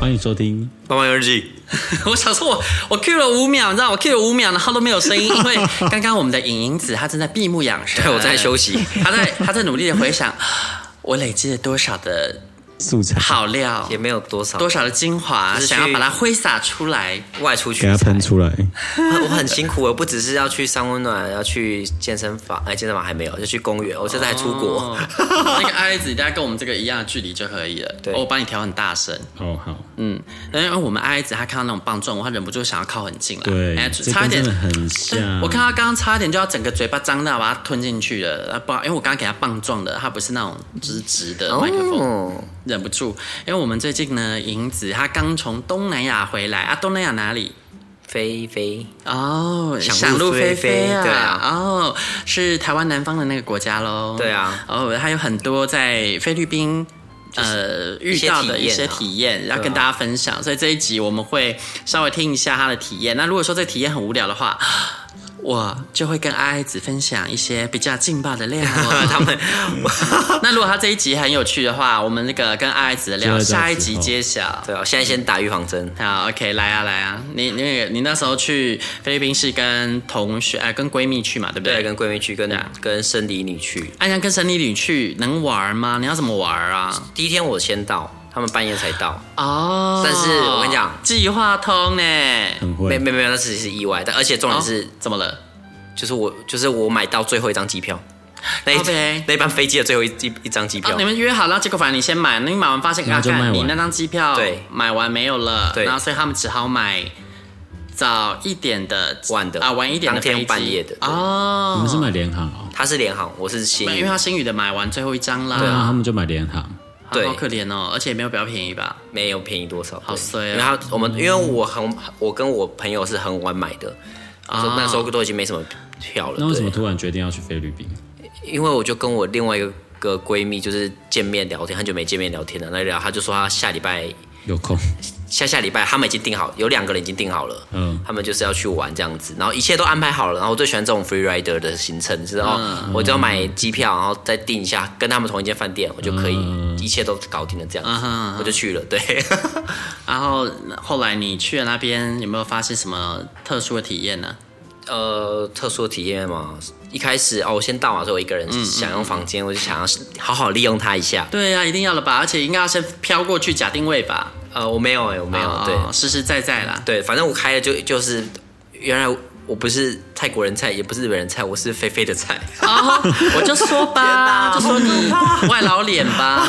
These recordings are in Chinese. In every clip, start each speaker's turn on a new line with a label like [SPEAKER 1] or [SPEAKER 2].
[SPEAKER 1] 欢迎收听，
[SPEAKER 2] 八万二 G，
[SPEAKER 3] 我想说我，我 Q 了五秒，你知道我 Q 了五秒，然后都没有声音，因为刚刚我们的影影子她正在闭目养 神，
[SPEAKER 2] 对我在休息，
[SPEAKER 3] 她在她在努力的回想，我累积了多少的
[SPEAKER 1] 素材
[SPEAKER 3] 好料
[SPEAKER 2] 也，没有多少，
[SPEAKER 3] 多少的精华，
[SPEAKER 2] 只是去
[SPEAKER 3] 想要把它挥洒出来。
[SPEAKER 2] 外出
[SPEAKER 1] 给
[SPEAKER 2] 取
[SPEAKER 1] 它
[SPEAKER 2] 材
[SPEAKER 1] 喷。出来。
[SPEAKER 2] 我我很辛苦，我不只是要去三温暖，要去健身房，哎，健身房还没有，就去公园。我这次还出国，
[SPEAKER 3] 哦 那个爱子，大概跟我们这个一样的距离就可以了。
[SPEAKER 2] 对
[SPEAKER 3] 我帮你调很大声。
[SPEAKER 1] 哦，好，
[SPEAKER 3] 嗯，因为我们爱子他看到那种棒状物，他忍不住想要靠很近来，
[SPEAKER 1] 对
[SPEAKER 3] 哎，
[SPEAKER 1] 这
[SPEAKER 3] 差一
[SPEAKER 1] 跟
[SPEAKER 3] 点
[SPEAKER 1] 真的很
[SPEAKER 3] 对
[SPEAKER 1] 像。
[SPEAKER 3] 我看他刚刚差点就要整个嘴巴张大把它吞进去了，啊不好，因为我刚刚给他棒撞的，他不是那种直直的麦克风，
[SPEAKER 2] 哦，
[SPEAKER 3] 忍不住。因为我们最近呢，银子他刚从东南亚回来啊，东南亚哪里？
[SPEAKER 2] 飞飞，
[SPEAKER 3] 哦，
[SPEAKER 2] 想入非
[SPEAKER 3] 非非
[SPEAKER 2] 非
[SPEAKER 3] 啊！
[SPEAKER 2] 对啊
[SPEAKER 3] 哦，是台湾南方的那个国家喽。
[SPEAKER 2] 对啊
[SPEAKER 3] 哦，还有很多在菲律宾。呃，遇
[SPEAKER 2] 些
[SPEAKER 3] 到的
[SPEAKER 2] 体
[SPEAKER 3] 一
[SPEAKER 2] 验
[SPEAKER 3] 些
[SPEAKER 2] 啊
[SPEAKER 3] 体验，要
[SPEAKER 2] 对啊
[SPEAKER 3] 跟大家分享，所以这一集我们会稍微听一下他的体验。那如果说这体验很无聊的话， 我就会跟阿爱子分享一些比较劲爆的料、哦。
[SPEAKER 2] 他们
[SPEAKER 3] 那如果他这一集很有趣的话，我们那个跟阿爱子的料，
[SPEAKER 1] 就在这
[SPEAKER 3] 下一
[SPEAKER 1] 之
[SPEAKER 3] 集
[SPEAKER 1] 后
[SPEAKER 3] 揭晓。
[SPEAKER 2] 对啊，现在先打预防针。
[SPEAKER 3] 好，OK，来啊，来啊，你你你那时候去菲律宾是跟同学，哎、跟闺蜜去嘛，对不对？
[SPEAKER 2] 对，跟闺蜜去，跟
[SPEAKER 3] 对啊
[SPEAKER 2] 跟生理女去。
[SPEAKER 3] 安阳跟神女女去能玩吗？你要怎么玩啊？
[SPEAKER 2] 第一天我先到，他们半夜才到，
[SPEAKER 3] 哦，
[SPEAKER 2] 但是我跟你讲
[SPEAKER 3] 计划通呢，
[SPEAKER 1] 很
[SPEAKER 2] 没
[SPEAKER 1] 会，
[SPEAKER 2] 没没有，那只是意外。但而且重点是，
[SPEAKER 3] 哦怎么了？
[SPEAKER 2] 就是我就是我买到最后一张机票，那一
[SPEAKER 3] 靠北
[SPEAKER 2] 那一班飞机的最后一一一张机
[SPEAKER 3] 哦
[SPEAKER 2] 票，
[SPEAKER 3] 你。们约好，然后结果反正你先买，那你买完发现，
[SPEAKER 1] 然后就
[SPEAKER 3] 啊干
[SPEAKER 1] 卖完
[SPEAKER 3] 你那张机票
[SPEAKER 2] 对
[SPEAKER 3] 买完没有了，
[SPEAKER 2] 对
[SPEAKER 3] 然后所以他们只好买早一点的
[SPEAKER 2] 晚的
[SPEAKER 3] 啊，晚一点的
[SPEAKER 2] 当天
[SPEAKER 3] 飞机
[SPEAKER 2] 半夜的对
[SPEAKER 3] 哦，
[SPEAKER 1] 我们是买联航哦，
[SPEAKER 2] 他是联航，我是新
[SPEAKER 3] 因为他新宇的买完最后一张啦，
[SPEAKER 1] 对啊，他们就买联航。
[SPEAKER 2] 对
[SPEAKER 3] 好可怜哦，而且也没有比较便宜吧？
[SPEAKER 2] 没有便宜多少，
[SPEAKER 3] 好
[SPEAKER 2] 对
[SPEAKER 3] 衰啊
[SPEAKER 2] 因为他我们因为我很我跟我朋友是很晚买的，那时候那时
[SPEAKER 3] 啊
[SPEAKER 2] 候都已经没什么票了。
[SPEAKER 1] 那为什么
[SPEAKER 2] 对
[SPEAKER 1] 突然决定要去菲律宾？
[SPEAKER 2] 因为我就跟我另外一个个闺蜜就是见面聊天，很久没见面聊天了，那聊她就说她下礼拜
[SPEAKER 1] 有空，
[SPEAKER 2] 下下礼拜他们已经订好，有两个人已经订好了，
[SPEAKER 1] 嗯
[SPEAKER 2] 嗯，他们就是要去玩这样子，然后一切都安排好了，然后我最喜欢这种 free rider 的行程，就是哦，
[SPEAKER 3] 嗯
[SPEAKER 2] 我只要买机票，然后再订一下，跟他们同一间饭店，我就可以
[SPEAKER 1] 嗯
[SPEAKER 2] 一切都搞定了这样
[SPEAKER 3] 嗯哼嗯
[SPEAKER 2] 子
[SPEAKER 3] 哼，
[SPEAKER 2] 我就去了，对。
[SPEAKER 3] 然后后来你去了那边，有没有发现什么特殊的体验呢？
[SPEAKER 2] 呃，特殊的体验嘛，一开始哦，我先到嘛，所以我一个
[SPEAKER 3] 嗯
[SPEAKER 2] 人想用房间，我就想要好好利用它一下。
[SPEAKER 3] 对啊，一定要了吧，而且应该要先飘过去假定位吧？
[SPEAKER 2] 呃，我没有哎、我没有，
[SPEAKER 3] 哦
[SPEAKER 2] 对
[SPEAKER 3] 实实在 在啦。
[SPEAKER 2] 对，反正我开的就就是原来我不是泰国人菜，也不是日本人菜，我是菲菲的菜，
[SPEAKER 3] 哦，我就说吧，就说你 外老脸吧。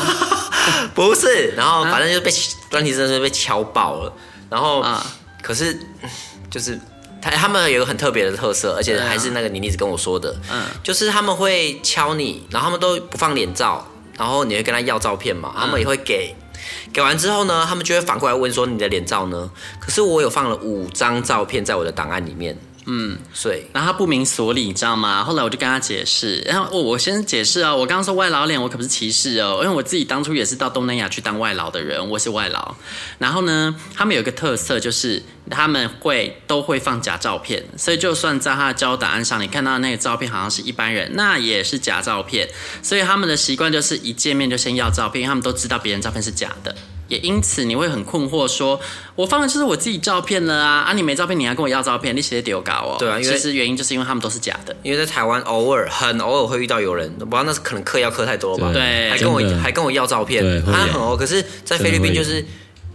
[SPEAKER 2] 不是。然后反正就被专题真的是被敲爆了，然后、
[SPEAKER 3] 啊
[SPEAKER 2] 可是嗯就是。他他们有一个很特别的特色，而且
[SPEAKER 3] 对啊
[SPEAKER 2] 还是那个妮妮子跟我说的，
[SPEAKER 3] 嗯
[SPEAKER 2] 就是他们会敲你，然后他们都不放脸照，然后你会跟他要照片
[SPEAKER 3] 嗯
[SPEAKER 2] 嘛，他们也会给。给完之后呢，他们就会反过来问说你的脸照呢？可是我有放了五张照片在我的档案里面，嗯，所以
[SPEAKER 3] 然后他不明所以，你知道吗？后来我就跟他解释，然后我我先解释哦，我刚刚说外劳脸，我可不是歧视哦，因为我自己当初也是到东南亚去当外劳的人，我是外劳。然后呢，他们有一个特色就是他们会都会放假照片，所以就算在他的交友档案上，你看到的那个照片好像是一般人，那也是假照片。所以他们的习惯就是一见面就先要照片，因为他们都知道别人照片是假的。也因此你会很困惑说我放的就是我自己照片了啊！啊，你没照片，你还跟我要照片，你写的丢稿哦。
[SPEAKER 2] 对啊因为
[SPEAKER 3] 其实原因就是因为他们都是假的。
[SPEAKER 2] 因为在台湾偶尔很偶尔会遇到有人，我不知道那是可能嗑药嗑太多了吧，
[SPEAKER 3] 对
[SPEAKER 2] 还跟我
[SPEAKER 1] 真的
[SPEAKER 2] 还跟我要照片啊
[SPEAKER 1] 对，会
[SPEAKER 2] 他
[SPEAKER 1] 有
[SPEAKER 2] 很哦。可是，在菲律宾就是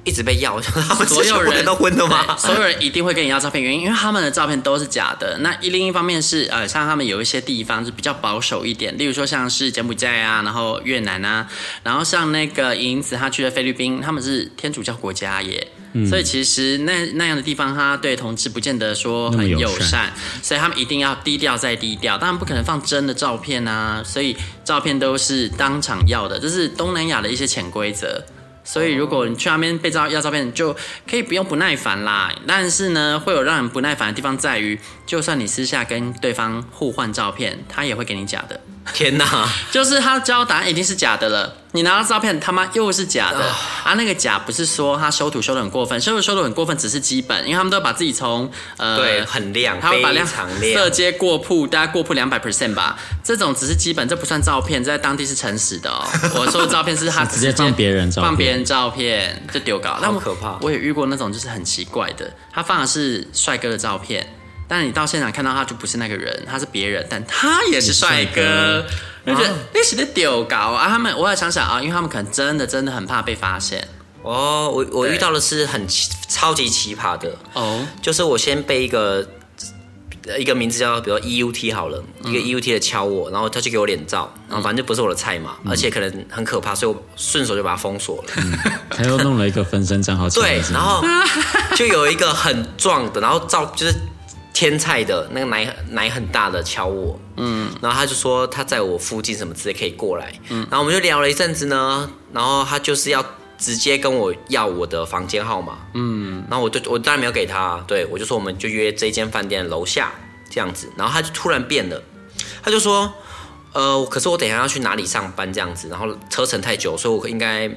[SPEAKER 2] 一直被要， 他们
[SPEAKER 3] 所有
[SPEAKER 2] 是全部
[SPEAKER 3] 人
[SPEAKER 2] 都婚的吗
[SPEAKER 3] 对？所有人一定会跟你要照片，原因因为他们的照片都是假的。那一另一方面是，呃，像他们有一些地方是比较保守一点，例如说像是柬埔寨啊，然后越南啊，然后像那个银子他去了菲律宾，他们是天主教国家耶。所以其实那那样的地方，他对同志不见得说
[SPEAKER 1] 那么
[SPEAKER 3] 很
[SPEAKER 1] 友
[SPEAKER 3] 友
[SPEAKER 1] 善
[SPEAKER 3] 善，所以他们一定要低调再低调，当然不可能放真的照片啊，所以照片都是当场要的，这是东南亚的一些潜规则。所以如果你去那边被照要照片，你就可以不用不耐烦啦。但是呢，会有让人不耐烦的地方在于，就算你私下跟对方互换照片，他也会给你假的，
[SPEAKER 2] 天哪！
[SPEAKER 3] 就是他知道答案一定是假的了。你拿到照片，他妈又是假的啊！那个假不是说他修图修的很过分，修图修的很过分只是基本，因为他们都把自己从呃
[SPEAKER 2] 对，很亮，
[SPEAKER 3] 他会把
[SPEAKER 2] 非
[SPEAKER 3] 量
[SPEAKER 2] 常
[SPEAKER 3] 色
[SPEAKER 2] 亮。
[SPEAKER 3] 阶过曝，大概过曝两百 percent 吧。这种只是基本，这不算照片，这在当地是诚实的哦。我说的照片是他
[SPEAKER 1] 直接放别人照片
[SPEAKER 3] 放别人照片就丢稿，那我
[SPEAKER 2] 可怕
[SPEAKER 3] 我也遇过那种就是很奇怪的，他放的是帅哥的照片，但你到现场看到他就不是那个人，他是别人，但他也是帅哥。我就觉得那是在丢稿啊！他们，我也想想啊，因为他们可能真的真的很怕被发现
[SPEAKER 2] 哦，我我
[SPEAKER 3] 对
[SPEAKER 2] 遇到的是很奇超级奇葩的，
[SPEAKER 3] 哦。
[SPEAKER 2] 就是我先被一个呃一个名字叫，比如说 EUT 好了，一
[SPEAKER 3] 嗯
[SPEAKER 2] 个 EUT 的敲我，然后他就给我脸照，然后反正就不是我的菜嘛，
[SPEAKER 3] 嗯
[SPEAKER 2] 而且可能很可怕，所以我顺手就把它封锁了。
[SPEAKER 1] 他又弄了一个分身账号出来，
[SPEAKER 2] 对，然 后就有一个很壮的，然后照就是天菜的那个奶奶很大的敲我，嗯，然后他就说他在我附近什么之类可以过来，嗯，然后我们就聊了一阵子呢，然后他就是要直接跟我要我的房间号码，嗯，然后我就我当然没有给他，对我就说我们就约这间饭店楼下这样子，然后他就突然变了，他就说。呃，可是我等一下要去哪里上班这样子，然后车程太久，所以我应该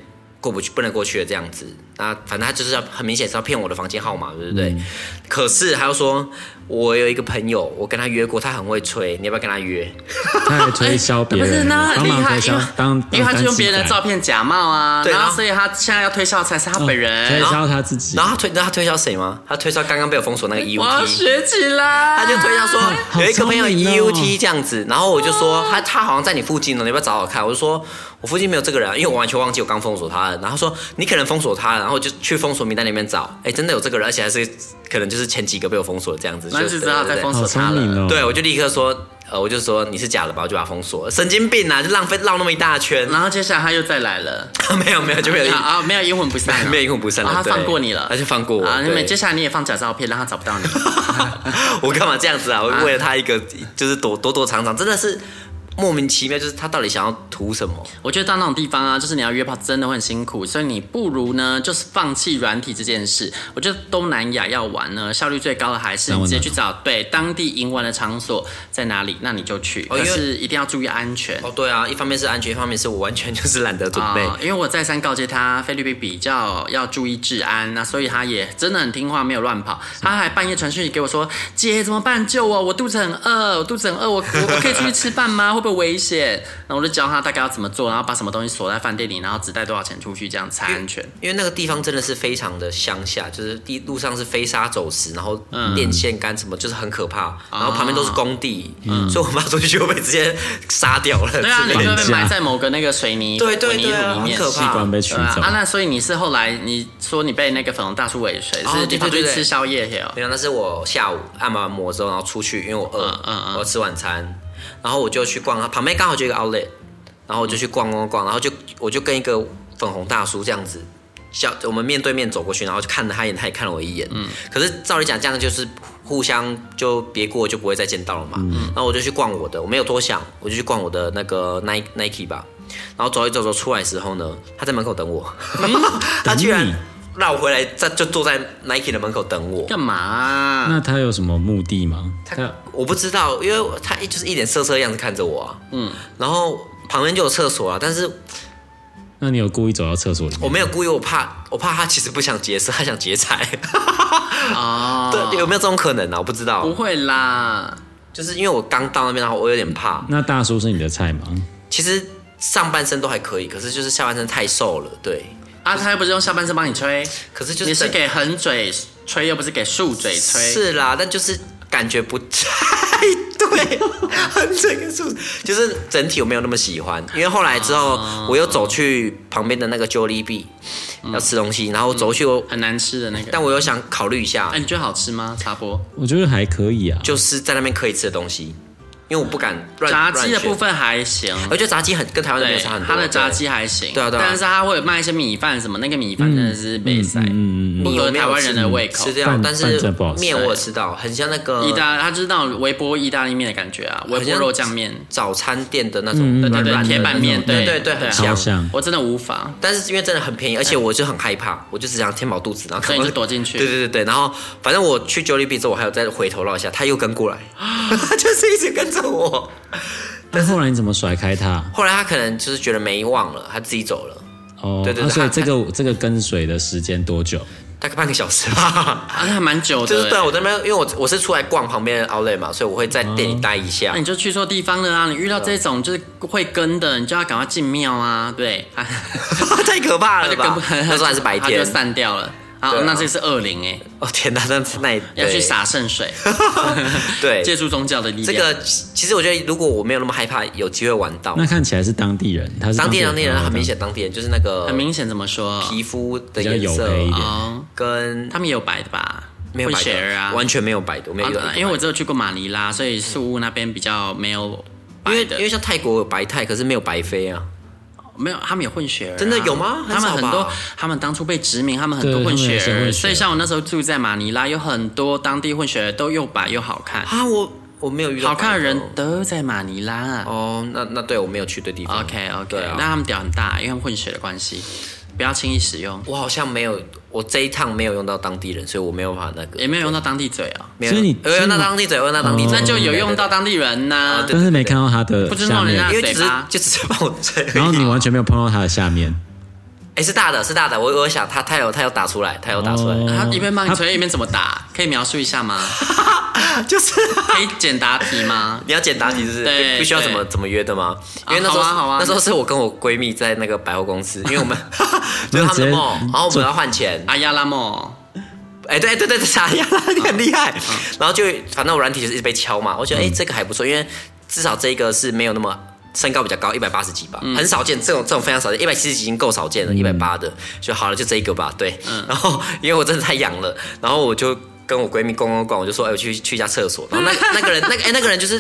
[SPEAKER 2] 过不去，不能过去了这样子。那反正他就是要很明显是要骗我的房间号码，对不对？
[SPEAKER 3] 嗯
[SPEAKER 2] 可是他又说，我有一个朋友，我跟他约过，他很会吹，你要不要跟他 约？
[SPEAKER 1] 他还推销别
[SPEAKER 3] 哎不
[SPEAKER 1] 人，
[SPEAKER 3] 是，那很
[SPEAKER 1] 帮
[SPEAKER 3] 厉
[SPEAKER 1] 忙
[SPEAKER 3] 害，
[SPEAKER 1] 推
[SPEAKER 3] 因
[SPEAKER 1] 销
[SPEAKER 3] 为
[SPEAKER 1] 当，
[SPEAKER 3] 因为他就用别人的照
[SPEAKER 1] 片
[SPEAKER 3] 片假冒啊，
[SPEAKER 2] 对
[SPEAKER 3] 然
[SPEAKER 2] 然
[SPEAKER 3] 后
[SPEAKER 2] 后
[SPEAKER 3] 所以他哦现在要推销才是他
[SPEAKER 1] 嗯
[SPEAKER 3] 本
[SPEAKER 1] 推
[SPEAKER 3] 人，
[SPEAKER 1] 销他自己
[SPEAKER 2] 然，后他推，你知道他推销谁吗？他推销刚刚被我封锁那个 E
[SPEAKER 3] 我要
[SPEAKER 2] EUT。
[SPEAKER 3] 学起来，
[SPEAKER 2] 他就推销说
[SPEAKER 1] 啊好
[SPEAKER 2] 有一个朋友
[SPEAKER 1] 聪明哦
[SPEAKER 2] EUT 这样子，然后我就说他他好像在你附近呢，哦你要不要找找看？我就说我附近没有这个人，因为我完全忘记我刚封锁他了。然后他说你可能封锁他了，然后我就去封锁名单里面找，哎，真的有这个人，而且还是可能就是前几个被我封锁的这样子。
[SPEAKER 3] 那
[SPEAKER 2] 就
[SPEAKER 3] 就知道
[SPEAKER 2] 对对
[SPEAKER 3] 啊在
[SPEAKER 2] 对
[SPEAKER 3] 封
[SPEAKER 1] 好
[SPEAKER 3] 锁
[SPEAKER 1] 聪
[SPEAKER 3] 他
[SPEAKER 1] 明
[SPEAKER 3] 了。啊
[SPEAKER 1] 哦，
[SPEAKER 2] 对，我就立刻说，呃，我就说你是假的吧，我就把它封锁了。神经病啊，就浪费绕那么一大圈。
[SPEAKER 3] 然后接下来他又再来了，
[SPEAKER 2] 没有没有就没有
[SPEAKER 3] 啊啊，没有阴魂不散 啊，
[SPEAKER 2] 没有阴魂不散了
[SPEAKER 3] 啊他
[SPEAKER 2] 对
[SPEAKER 3] 放过你了，
[SPEAKER 2] 他就放过我
[SPEAKER 3] 啊，你
[SPEAKER 2] 对
[SPEAKER 3] 们接下来你也放假照片，让他找 不到你。
[SPEAKER 2] 我干嘛这样子啊？我为了他一个就是躲躲躲藏藏，真的是莫名其妙，就是他到底想要图什么？
[SPEAKER 3] 我觉得到那种地方啊，就是你要约炮真的会很辛苦，所以你不如呢，就是放弃软体这件事。我觉得东南亚要玩呢，效率最高的还是你直接去找对当地营玩的场所在哪里，那你就去，
[SPEAKER 2] 哦
[SPEAKER 3] 可
[SPEAKER 2] 因为
[SPEAKER 3] 是一定要注意安全。
[SPEAKER 2] 哦，对啊，一方面是安全，一方面是我完全就是懒得准备。
[SPEAKER 3] 啊因为我再三告诫他，菲律宾比较要注意治安，那所以他也真的很听话，没有乱跑。他还半夜传讯息给我说：“姐，怎么办？救我！我肚子很饿，我肚子很饿，我我我可以出去吃饭吗？会不会危险？”然后我就教他大概要怎么做，然后把什么东西锁在饭店里，然后只带多少钱出去，这样才安全。
[SPEAKER 2] 因为那个地方真的是非常的乡下，就是地路上是飞沙走石，然后电线杆什么就是很可怕，然后旁边都是工地，所以我妈说去就被直接杀掉了之类
[SPEAKER 3] 对
[SPEAKER 2] 的。
[SPEAKER 3] 啊，你就会被
[SPEAKER 1] 绑架
[SPEAKER 3] 埋在某个那个水泥
[SPEAKER 2] 对对
[SPEAKER 3] 混凝
[SPEAKER 2] 对啊
[SPEAKER 3] 土里面，
[SPEAKER 2] 很可怕
[SPEAKER 1] 器官被取
[SPEAKER 3] 对啊
[SPEAKER 1] 走，
[SPEAKER 3] 啊，那所以你是后来你说你被那个粉红大叔尾随，
[SPEAKER 2] 哦
[SPEAKER 3] 是你
[SPEAKER 2] 对对
[SPEAKER 3] 跑
[SPEAKER 2] 对
[SPEAKER 3] 去
[SPEAKER 2] 对
[SPEAKER 3] 吃宵夜去哦？
[SPEAKER 2] 没有，那是我下午按完摩之后，然后出去，因为我饿，
[SPEAKER 3] 嗯嗯嗯
[SPEAKER 2] 我要吃晚餐，然后我就去逛，旁边刚好就有一个 outlet，然后我就去逛逛逛，然后就我就跟一个粉红大叔这样子。笑，我们面对面走过去，然后就看了他一眼，他也看了我一眼。嗯，可是照理讲，这样就是互相就别过，就不会再见到了嘛。嗯，然后我就去逛我的，我没有多想，我就去逛我的那个 Nike Nike 吧。然后走一走走出来的时候呢，他在门口等我， 他居然
[SPEAKER 1] 等你
[SPEAKER 2] 绕回来，在就坐在 Nike 的门口等我。
[SPEAKER 3] 干嘛啊、
[SPEAKER 1] 那他有什么目的吗？他
[SPEAKER 2] 我不知道，因为他一就是一脸色色的样子看着我啊，嗯，然后旁边就有厕所啊，但是
[SPEAKER 1] 那你有故意走到厕所里
[SPEAKER 2] 我
[SPEAKER 1] 面？
[SPEAKER 2] 没有故意，我怕我怕他其实不想劫色，他想劫财，
[SPEAKER 3] 哦，
[SPEAKER 2] 对， 有没有这种可能啊？我不知道
[SPEAKER 3] 不，会啦，
[SPEAKER 2] 就是因为我刚到那边，然后我有点怕，
[SPEAKER 1] 那大叔是你的菜吗？
[SPEAKER 2] 其实上半身都还可以，可是就是下半身太瘦了，对，
[SPEAKER 3] 啊，他又不是用下半身帮你吹，
[SPEAKER 2] 可是就是
[SPEAKER 3] 你是
[SPEAKER 2] 整
[SPEAKER 3] 给横嘴吹，又不是给竖嘴吹。
[SPEAKER 2] 是啦，但就是感觉不太对， 对，整个宿舍就是整体我没有那么喜欢，因为后来之后
[SPEAKER 3] 啊
[SPEAKER 2] 我又走去旁边的那个 Jollibee 要吃东西，然后走去我，
[SPEAKER 3] 很难吃的那个。
[SPEAKER 2] 但我又想考虑一下
[SPEAKER 3] 嗯哎、，你觉得好吃吗？茶波
[SPEAKER 1] 我觉得还可以啊，
[SPEAKER 2] 就是在那边可以吃的东西，因为我不敢乱
[SPEAKER 3] 炸鸡的部，
[SPEAKER 2] 乱选
[SPEAKER 3] 分还行，
[SPEAKER 2] 我觉得炸鸡很跟台湾的没有
[SPEAKER 3] 对，
[SPEAKER 2] 差很多，
[SPEAKER 3] 它的炸
[SPEAKER 2] 对
[SPEAKER 3] 鸡还行，
[SPEAKER 2] 对啊对啊
[SPEAKER 3] 但是它会有卖一些米饭什么，那个米饭真的是没塞，
[SPEAKER 1] 嗯嗯嗯
[SPEAKER 3] 不合台湾人的胃口
[SPEAKER 2] 吃。掉
[SPEAKER 1] 饭，
[SPEAKER 2] 但
[SPEAKER 1] 饭
[SPEAKER 2] 是
[SPEAKER 1] 真的不好吃
[SPEAKER 2] 面我有吃到，很像那个
[SPEAKER 3] 意大，它就是那种微波意大利面的感觉啊，微波肉酱面，
[SPEAKER 2] 早餐店的那
[SPEAKER 1] 嗯
[SPEAKER 2] 种
[SPEAKER 1] 嗯
[SPEAKER 2] 软
[SPEAKER 3] 对对
[SPEAKER 2] 软的
[SPEAKER 3] 铁板面，
[SPEAKER 2] 那种对对，
[SPEAKER 3] 对
[SPEAKER 2] 很
[SPEAKER 1] 超
[SPEAKER 2] 香。
[SPEAKER 1] 香。
[SPEAKER 3] 我真的无法，
[SPEAKER 2] 但是因为真的很便宜，而且我就很害怕，我就只想填饱肚子，然后
[SPEAKER 3] 所以你就躲进去
[SPEAKER 2] 对对对对，然后反正我去 Jollibee 之后，我还有再回头绕一下，他又跟过来， 就是一直跟着我。
[SPEAKER 1] 但后来你怎么甩开他？
[SPEAKER 2] 后来他可能就是觉得没忘了，他自己走了，
[SPEAKER 1] 哦，
[SPEAKER 2] 对对对哦
[SPEAKER 1] 啊所以
[SPEAKER 2] 他
[SPEAKER 1] 这个这个跟随的时间多久？
[SPEAKER 2] 大概半个小时吧。
[SPEAKER 3] 啊，那还蛮久的欸。
[SPEAKER 2] 就是对啊，我在那边，因为我我是出来逛旁边的 Outlet 嘛，所以我会在店里待一下
[SPEAKER 3] 那。你就去错地方了啊！你遇到这种就是会跟的，你就要赶快进庙啊，对，啊
[SPEAKER 2] 太可怕
[SPEAKER 3] 他
[SPEAKER 2] 了
[SPEAKER 3] 就跟
[SPEAKER 2] 吧
[SPEAKER 3] 不，？
[SPEAKER 2] 那时候还是白
[SPEAKER 3] 他就
[SPEAKER 2] 天。
[SPEAKER 3] 散掉了。啊
[SPEAKER 2] 对啊，
[SPEAKER 3] 那这个是恶灵哎，
[SPEAKER 2] 哦天哪，那那也
[SPEAKER 3] 要去
[SPEAKER 2] 对
[SPEAKER 3] 洒圣水，
[SPEAKER 2] 对，
[SPEAKER 3] 借助宗教的力量。
[SPEAKER 2] 这个其实我觉得，如果我没有那么害怕，有机会玩到。
[SPEAKER 1] 那看起来是当地人，他是
[SPEAKER 2] 当地人，当地人
[SPEAKER 1] 哦
[SPEAKER 2] 很明显，当地人就是那个
[SPEAKER 3] 很明显怎么说？
[SPEAKER 2] 皮肤的
[SPEAKER 1] 比较
[SPEAKER 2] 颜
[SPEAKER 1] 黝
[SPEAKER 2] 色
[SPEAKER 1] 黑一点。
[SPEAKER 3] 哦，
[SPEAKER 2] 跟
[SPEAKER 3] 他们也有白的吧？
[SPEAKER 2] 没有
[SPEAKER 3] 会
[SPEAKER 2] 白
[SPEAKER 3] 雪儿啊，
[SPEAKER 2] 的，完全没有白的，我没有遇到一
[SPEAKER 3] 啊
[SPEAKER 2] 个白的。
[SPEAKER 3] 因为我只有去过马尼拉，所以宿务那边比较没有白
[SPEAKER 2] 因为
[SPEAKER 3] 的，
[SPEAKER 2] 因为像泰国有白泰，可是没有白飞啊。
[SPEAKER 3] 没有，他们有混血儿啊、
[SPEAKER 2] 真的有吗
[SPEAKER 3] 他
[SPEAKER 2] 很
[SPEAKER 3] 们
[SPEAKER 2] 少吧
[SPEAKER 3] 很多，他们当初被殖民，他们很多
[SPEAKER 1] 对
[SPEAKER 3] 混血
[SPEAKER 1] 他们有些
[SPEAKER 3] 儿，
[SPEAKER 1] 混血
[SPEAKER 3] 所以像我那时候住在马尼拉，有很多当地混血儿都又白又好看，
[SPEAKER 2] 啊，我我没有遇到
[SPEAKER 3] 好看的
[SPEAKER 2] 白
[SPEAKER 3] 人都在马尼拉啊。
[SPEAKER 2] 哦，那那对我没有去对地方。
[SPEAKER 3] OK OK，、
[SPEAKER 2] 对啊
[SPEAKER 3] 那他们屌很大，因为他们混血的关系，不要轻易使用，
[SPEAKER 2] 我好像没有，我这一趟没有用到当地人，所以我没有办法那个
[SPEAKER 3] 也。没有用到当地嘴啊、
[SPEAKER 2] 没有
[SPEAKER 1] 所以你
[SPEAKER 2] 有用到当地嘴，有用到当地嘴，
[SPEAKER 3] 那就有用到当地人呐、
[SPEAKER 2] 哦对
[SPEAKER 1] 但是没看到他的
[SPEAKER 3] 不知
[SPEAKER 1] 下
[SPEAKER 3] 道人
[SPEAKER 1] 面
[SPEAKER 3] 家，
[SPEAKER 2] 对，对对因为只
[SPEAKER 3] 嘴
[SPEAKER 2] 是
[SPEAKER 3] 巴
[SPEAKER 2] 就只是帮我吹而已。
[SPEAKER 1] 然后你完全没有碰到他的下面，
[SPEAKER 2] 哎，是大的，是大的，我我想他他有他有打出来，他有打出来，
[SPEAKER 1] 哦
[SPEAKER 3] 他一边帮你捶一边怎么打，可以描述一下吗？
[SPEAKER 2] 就是
[SPEAKER 3] 可以简答题 吗？
[SPEAKER 2] 你要简答题是不是？
[SPEAKER 3] 啊对
[SPEAKER 2] 不需要
[SPEAKER 3] 对
[SPEAKER 2] 怎么怎么约的吗？因为那时候、
[SPEAKER 3] 好啊好啊
[SPEAKER 2] 那时候是我跟我闺蜜在那个百货公司，因为我 们就是他们的梦，
[SPEAKER 1] 直接
[SPEAKER 2] 然后我们要换钱。
[SPEAKER 3] 阿亚拉莫，
[SPEAKER 2] 哎，对对对对，傻呀，你很厉害。然后就反正我软体就是一直被敲嘛，我觉得哎、这个还不错，因为至少这个是没有那么。身高比较高，一百八十几吧，很少见，这种这种非常少见，一百七十几已经够少见了，一百八的就好了，就这一个吧，对。然后因为我真的太痒了，然后我就跟我闺蜜逛逛逛，我就说，哎、我去去一下厕所。然后那那个人，那个哎、那个人就是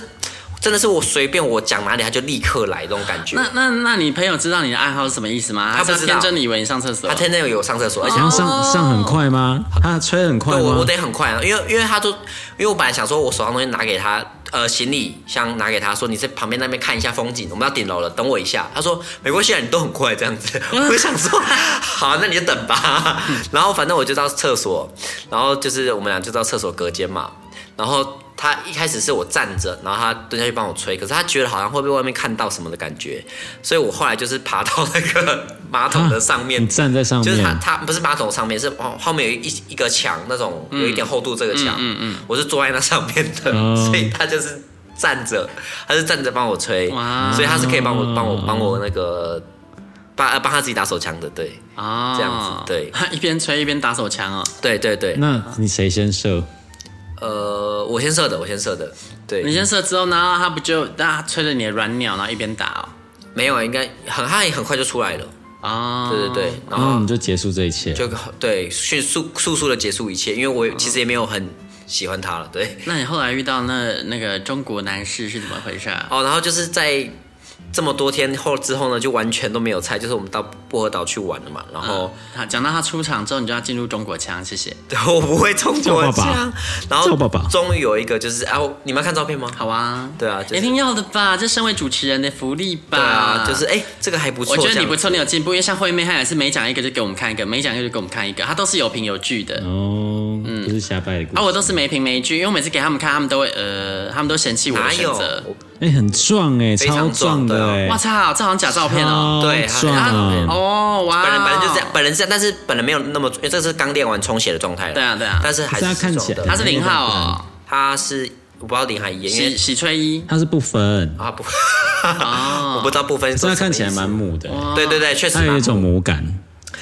[SPEAKER 2] 真的是我随便我讲哪里，他就立刻来那种感觉。
[SPEAKER 3] 那那那你朋友知道你的爱好是什么意思吗？
[SPEAKER 2] 他不
[SPEAKER 3] 是
[SPEAKER 2] 知道
[SPEAKER 3] 要天真的以为你上厕所
[SPEAKER 2] 他，天天有上厕所，而且
[SPEAKER 1] 然后上上很快吗？他吹得很快
[SPEAKER 2] 对，我我
[SPEAKER 1] 吗？
[SPEAKER 2] 得很快啊，因为因为他都，因为我本来想说，我手上东西拿给他，呃，行李箱拿给他说，你在旁边那边看一下风景，我们到顶楼了，等我一下。他说没关系啊，你都很快这样子。 我想说，好，那你就等吧。 然后反正我就到厕所，然后就是我们俩就到厕所隔间嘛，然后。他一开始是我站着，然后他蹲下去帮我吹，可是他觉得好像会被外面看到什么的感觉，所以我后来就是爬到那个马桶的上面
[SPEAKER 1] 啊你，站在上
[SPEAKER 2] 就是它
[SPEAKER 1] 面，
[SPEAKER 2] 它不是马桶上面，是哦后后面有一一个墙那种有一点厚度这个墙，嗯嗯，我是坐在那上面的，
[SPEAKER 1] 哦
[SPEAKER 2] 所以他就是站着，他是站着帮我吹，
[SPEAKER 3] 哇
[SPEAKER 2] 所以他是可以帮我帮我帮我那个帮呃帮他自己打手枪的，对
[SPEAKER 3] 哦
[SPEAKER 2] 这样子对
[SPEAKER 3] 他 一边吹一边打手枪哦。
[SPEAKER 2] 对对对，
[SPEAKER 1] 那你谁先射？
[SPEAKER 2] 呃，我先射的，我先射的，对，
[SPEAKER 3] 你先射之后，然后他不就那他吹着你的软鸟，然后一边打哦。
[SPEAKER 2] 没有啊，应该很他也很快就出来了，
[SPEAKER 3] 哦，
[SPEAKER 2] 对对对，然
[SPEAKER 1] 然后
[SPEAKER 2] 后
[SPEAKER 1] 你就结束这一切。
[SPEAKER 2] 就对迅速速速的结束一切，因为我其实也没有很喜欢他了，对。
[SPEAKER 3] 那你后来遇到那那个中国男士是怎么回事啊？
[SPEAKER 2] 哦，然后就是在这么多天后之后呢，就完全都没有猜，就是我们到薄荷岛去玩了嘛，然后
[SPEAKER 3] 哦。，
[SPEAKER 1] 嗯
[SPEAKER 3] 他讲到他出场之后，你就要进入中国腔，谢谢。
[SPEAKER 2] 对，我不会中国
[SPEAKER 1] 赵爸爸
[SPEAKER 2] 腔，然后
[SPEAKER 1] 赵爸爸
[SPEAKER 2] 终于有一个就是，啊，我你们要看照片吗？
[SPEAKER 3] 好啊，
[SPEAKER 2] 对啊就是
[SPEAKER 3] 一定要的吧，这身为主持人的福利吧。
[SPEAKER 2] 对啊，就是哎、这个还不错，
[SPEAKER 3] 我觉
[SPEAKER 2] 这
[SPEAKER 3] 得你
[SPEAKER 2] 样
[SPEAKER 3] 不错，你有进步，因为像惠妹，她也是每讲一个就给我们看一个，每讲一个就给我们看一个，她都是有凭有据
[SPEAKER 2] 嗯
[SPEAKER 3] 的。
[SPEAKER 1] 哦，这是瞎掰的故事。
[SPEAKER 3] 啊，我都是没凭没据，因为我每次给他们看，他们都会呃，他们都嫌弃我
[SPEAKER 2] 哪
[SPEAKER 3] 的选
[SPEAKER 2] 有？
[SPEAKER 3] 择。
[SPEAKER 2] 我
[SPEAKER 1] 哎，很壮哎，
[SPEAKER 2] 非常
[SPEAKER 1] 超
[SPEAKER 2] 壮
[SPEAKER 1] 的哎，
[SPEAKER 3] 哇操，这好像假照片哦。
[SPEAKER 1] 超
[SPEAKER 2] 啊对他
[SPEAKER 1] 壮啊
[SPEAKER 2] 他
[SPEAKER 3] 哦，哇，
[SPEAKER 2] 本人本人就是这样，。本人是这样，但是本人没有那么，因为这是刚练完充血的状态了。
[SPEAKER 3] 对啊对啊
[SPEAKER 2] 但是还
[SPEAKER 1] 可
[SPEAKER 2] 是
[SPEAKER 1] 是他看起来
[SPEAKER 2] 壮的
[SPEAKER 3] 他是零号哦，
[SPEAKER 2] 他是我不知道林海岩，因
[SPEAKER 3] 洗
[SPEAKER 2] 为
[SPEAKER 3] 洗吹衣
[SPEAKER 1] 他是不分，
[SPEAKER 2] 啊不，
[SPEAKER 3] 哦
[SPEAKER 2] 我不知道部分是
[SPEAKER 1] 所以
[SPEAKER 2] 什
[SPEAKER 1] 他看
[SPEAKER 2] 么
[SPEAKER 1] 起来
[SPEAKER 2] 意思
[SPEAKER 1] 蛮母的，
[SPEAKER 2] 对对对，确实
[SPEAKER 1] 他有
[SPEAKER 2] 蛮
[SPEAKER 1] 一种母感。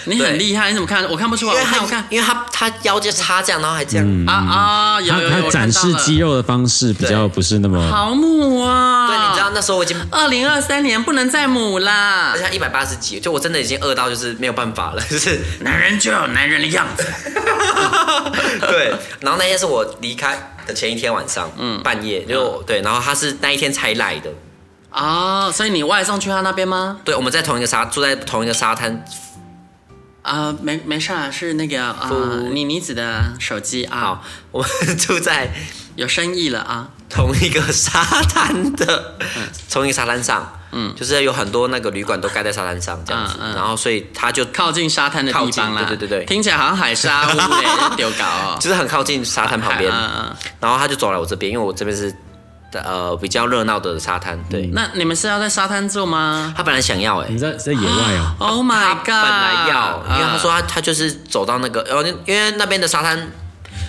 [SPEAKER 3] 你很厉害，你怎么看？我看不出来，
[SPEAKER 2] 因
[SPEAKER 3] 我
[SPEAKER 2] 为
[SPEAKER 3] 看我
[SPEAKER 2] 他
[SPEAKER 3] 看
[SPEAKER 2] 因为他他腰就插这样，然后还这样，
[SPEAKER 3] 啊啊，有
[SPEAKER 1] 嗯他
[SPEAKER 3] 有有，
[SPEAKER 1] 他
[SPEAKER 3] 我看
[SPEAKER 1] 展示
[SPEAKER 3] 到了
[SPEAKER 1] 肌肉的方式比较不是那么，
[SPEAKER 3] 好母啊！
[SPEAKER 2] 对，你知道那时候我已经。
[SPEAKER 3] 二零二三年不能再母啦
[SPEAKER 2] 而！且一百八十几，就我真的已经饿到就是没有办法了， 就是
[SPEAKER 3] 男人就有男人的样子。
[SPEAKER 2] 对，然后那天是我离开的前一天晚上，嗯，半夜就、对，然后他是那一天才来的，
[SPEAKER 3] 哦，所以你外送去他那边吗？
[SPEAKER 2] 对，我们在同一个沙，住在同一个沙滩，
[SPEAKER 3] 啊、没没事啊，是那个啊、
[SPEAKER 2] 不
[SPEAKER 3] 妮妮子的手机啊、
[SPEAKER 2] 好，我们住在
[SPEAKER 3] 有生意了啊。
[SPEAKER 2] 同一个沙滩的，
[SPEAKER 3] 嗯
[SPEAKER 2] 同一个沙滩上，嗯，就是有很多那个旅馆都盖在沙滩上这样子，
[SPEAKER 3] 嗯嗯
[SPEAKER 2] 然后所以他就
[SPEAKER 3] 靠近沙滩的地方啦，
[SPEAKER 2] 靠近对对对对
[SPEAKER 3] 听起来好像海沙屋欸丢搞 哦，
[SPEAKER 2] 就是很靠近沙滩旁边，
[SPEAKER 3] 海嗯嗯嗯
[SPEAKER 2] 然后他就走来我这边，因为我这边是呃比较热闹的沙滩，对，
[SPEAKER 3] 那你们是要在沙滩做吗
[SPEAKER 2] 他本来想要哎、
[SPEAKER 1] 你在在野外哦，
[SPEAKER 3] ？Oh my god！
[SPEAKER 2] 本来要，因为他说
[SPEAKER 3] 嗯
[SPEAKER 2] 他他就是走到那个，然后因为那边的沙滩，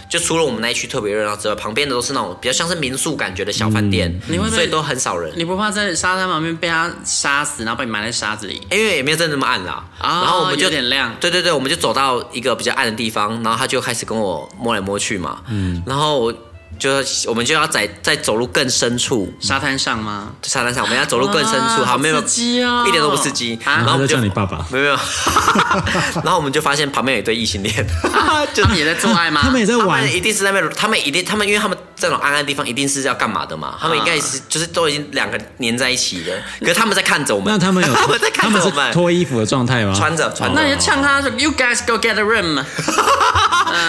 [SPEAKER 2] 就除了我们那一区特别热闹之外，旁边的都是那种比较像是民宿感觉的小饭店，
[SPEAKER 3] 你会不会
[SPEAKER 2] 所以都很少人，
[SPEAKER 3] 你不怕在沙滩旁边被他杀死，然后被埋在沙子里？
[SPEAKER 2] 因为也没有真的那么暗啦。
[SPEAKER 3] 啊
[SPEAKER 2] 然后我们就
[SPEAKER 3] 有点亮
[SPEAKER 2] 对对对，我们就走到一个比较暗的地方，然后他就开始跟我摸来摸去嘛，嗯，然后我就我们就要再再走入更深处。
[SPEAKER 3] 沙滩上吗？
[SPEAKER 2] 沙滩上，我们要走入更深处，
[SPEAKER 3] 哇
[SPEAKER 2] 好，没有
[SPEAKER 3] 刺激哦
[SPEAKER 2] 一点都不刺激。
[SPEAKER 3] 啊
[SPEAKER 2] 然后我们就
[SPEAKER 1] 他在叫你爸 爸
[SPEAKER 2] 没有没有， 然后我们就发现旁边有一对异性 恋，就
[SPEAKER 3] 他们也在做爱吗？
[SPEAKER 1] 他们也在
[SPEAKER 2] 啊他
[SPEAKER 1] 玩
[SPEAKER 2] 们，一定是在那边，他们一定，他们因为他们这种暗暗的地方，一定是要干嘛的
[SPEAKER 1] 啊
[SPEAKER 2] 嘛？他们应该也是、就是都已经两个粘在一起了，可是他们在看着我们，
[SPEAKER 1] 那他们有啊
[SPEAKER 2] 他们在看着我
[SPEAKER 1] 他们
[SPEAKER 2] 们，
[SPEAKER 1] 是脱衣服的状态吗？
[SPEAKER 2] 穿着穿着
[SPEAKER 3] 那你就呛他说，You guys go get a room，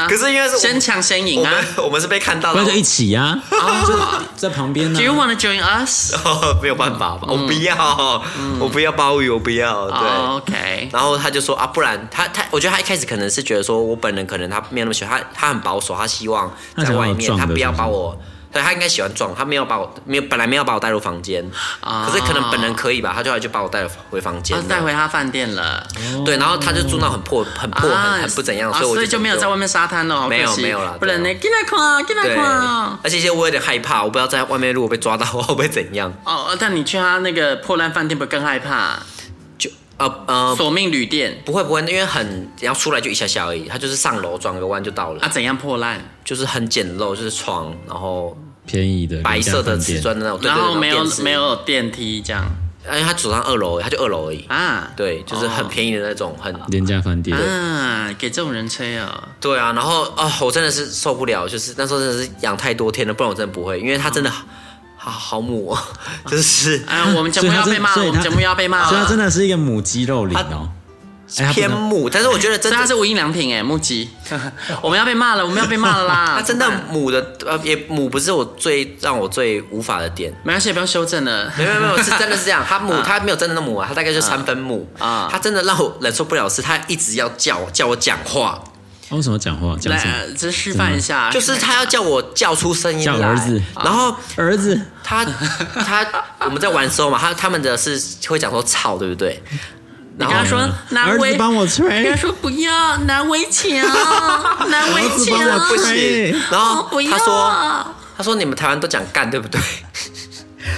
[SPEAKER 2] 可是因为是我
[SPEAKER 3] 先抢先赢
[SPEAKER 2] 我
[SPEAKER 3] 啊
[SPEAKER 2] 们我们是被看到
[SPEAKER 1] 不
[SPEAKER 2] 的，
[SPEAKER 1] 然就一起呀，
[SPEAKER 3] 哦！Do
[SPEAKER 1] 在旁边啊 呢。
[SPEAKER 3] you wanna join us？
[SPEAKER 2] 没有办法吧？我不要，我不要包雨，我不要，对。
[SPEAKER 3] 嗯哦，OK，
[SPEAKER 2] 然后他就说啊，不然他他，我觉得他一开始可能是觉得说我本人可能他没有那么喜欢，他他很保守，他希望
[SPEAKER 1] 他
[SPEAKER 2] 在
[SPEAKER 1] 想要
[SPEAKER 2] 外
[SPEAKER 1] 我
[SPEAKER 2] 面，
[SPEAKER 1] 壮
[SPEAKER 2] 他
[SPEAKER 1] 的
[SPEAKER 2] 不要
[SPEAKER 1] 是不是
[SPEAKER 2] 把我，对他应该喜欢壮，他没有把我没有本来没有把我带入房间，
[SPEAKER 3] 啊
[SPEAKER 2] 可是可能本人可以吧，他就后来就把我带回房间
[SPEAKER 3] 啊
[SPEAKER 2] 了，，
[SPEAKER 3] 带回他饭店了。
[SPEAKER 2] 对，然后他就住那种很破很哦破很很不怎样，哦
[SPEAKER 3] 啊
[SPEAKER 2] 所以我
[SPEAKER 3] 所以就没有在外面沙滩了，哦好可惜
[SPEAKER 2] 没有没有啦对啊
[SPEAKER 3] 不然呢，进来看啊，进来
[SPEAKER 2] 对
[SPEAKER 3] 看啊。，
[SPEAKER 2] 而且其实我有点害怕，我不知道在外面如果被抓到，我会不会怎样？
[SPEAKER 3] 哦，但你去他那个破烂饭店，不更害怕？
[SPEAKER 2] 就呃呃，
[SPEAKER 3] 索命旅店
[SPEAKER 2] 不会不会，因为很然后出来就一下下而已，他就是上楼转个弯就到了，
[SPEAKER 3] 啊，怎样破烂？
[SPEAKER 2] 就是很简陋，就是床，然后
[SPEAKER 1] 便宜的
[SPEAKER 2] 白色的
[SPEAKER 1] 廉价饭
[SPEAKER 2] 瓷
[SPEAKER 1] 店
[SPEAKER 2] 砖的那种，对
[SPEAKER 3] 然
[SPEAKER 2] 对
[SPEAKER 3] 后
[SPEAKER 2] 对
[SPEAKER 3] 没有
[SPEAKER 2] 电视哎
[SPEAKER 3] 没有电梯这样
[SPEAKER 2] 因为他走上二楼而已，他就二楼而已，
[SPEAKER 3] 啊？
[SPEAKER 2] 对，就是很便宜的那种，很
[SPEAKER 1] 廉价饭店，
[SPEAKER 3] 啊，给这种人吹哦。
[SPEAKER 2] 对啊，然后啊、我真的是受不了，就是那时候真的是养太多天了，不然我真的不会，因为他真的
[SPEAKER 1] 嗯
[SPEAKER 2] 好好母、哦， 就是
[SPEAKER 3] 哎，我们节目
[SPEAKER 1] 所以
[SPEAKER 3] 要
[SPEAKER 1] 他真
[SPEAKER 3] 被骂了，
[SPEAKER 1] 所以
[SPEAKER 3] 我
[SPEAKER 1] 他
[SPEAKER 3] 们节目要被骂了。啊
[SPEAKER 1] 所以它真的是一个母鸡肉林哦，哎它不
[SPEAKER 2] 偏
[SPEAKER 1] 能
[SPEAKER 2] 母，但是我觉得真
[SPEAKER 3] 所以
[SPEAKER 2] 的
[SPEAKER 3] 他是无印良品哎，木吉， 我们要被骂了，我们要 被骂了啦。
[SPEAKER 2] 他啊真
[SPEAKER 3] 怎
[SPEAKER 2] 的
[SPEAKER 3] 么办
[SPEAKER 2] 母的呃也母不是我最让我最无法的点。
[SPEAKER 3] 没关系，不用修正了。
[SPEAKER 2] 没有没有没有，是真的是这样。他母他没有真的那么母啊，他大概就三分母
[SPEAKER 3] 啊
[SPEAKER 2] 啊。他真的让我忍受不了，是他一直要叫我叫我讲话，
[SPEAKER 1] 他为什么讲话讲
[SPEAKER 3] 来
[SPEAKER 1] 什么？，
[SPEAKER 3] 这示范一下，
[SPEAKER 2] 就是他要叫我叫出声音
[SPEAKER 1] 叫
[SPEAKER 2] 来
[SPEAKER 1] 儿子
[SPEAKER 2] 然后
[SPEAKER 1] 儿子，
[SPEAKER 2] 他他我们在玩的时候嘛，他他们的是会讲说操，对不对？
[SPEAKER 3] 你跟他说嗯难
[SPEAKER 1] 儿
[SPEAKER 3] 为
[SPEAKER 1] 子帮我吹，
[SPEAKER 3] 人家说不要，难为情，难为
[SPEAKER 1] 儿子
[SPEAKER 3] 情
[SPEAKER 1] 帮，我吹，
[SPEAKER 2] 然
[SPEAKER 3] 哦
[SPEAKER 2] 后
[SPEAKER 3] 不要
[SPEAKER 2] 他说他说你们台湾都讲干，对不 对？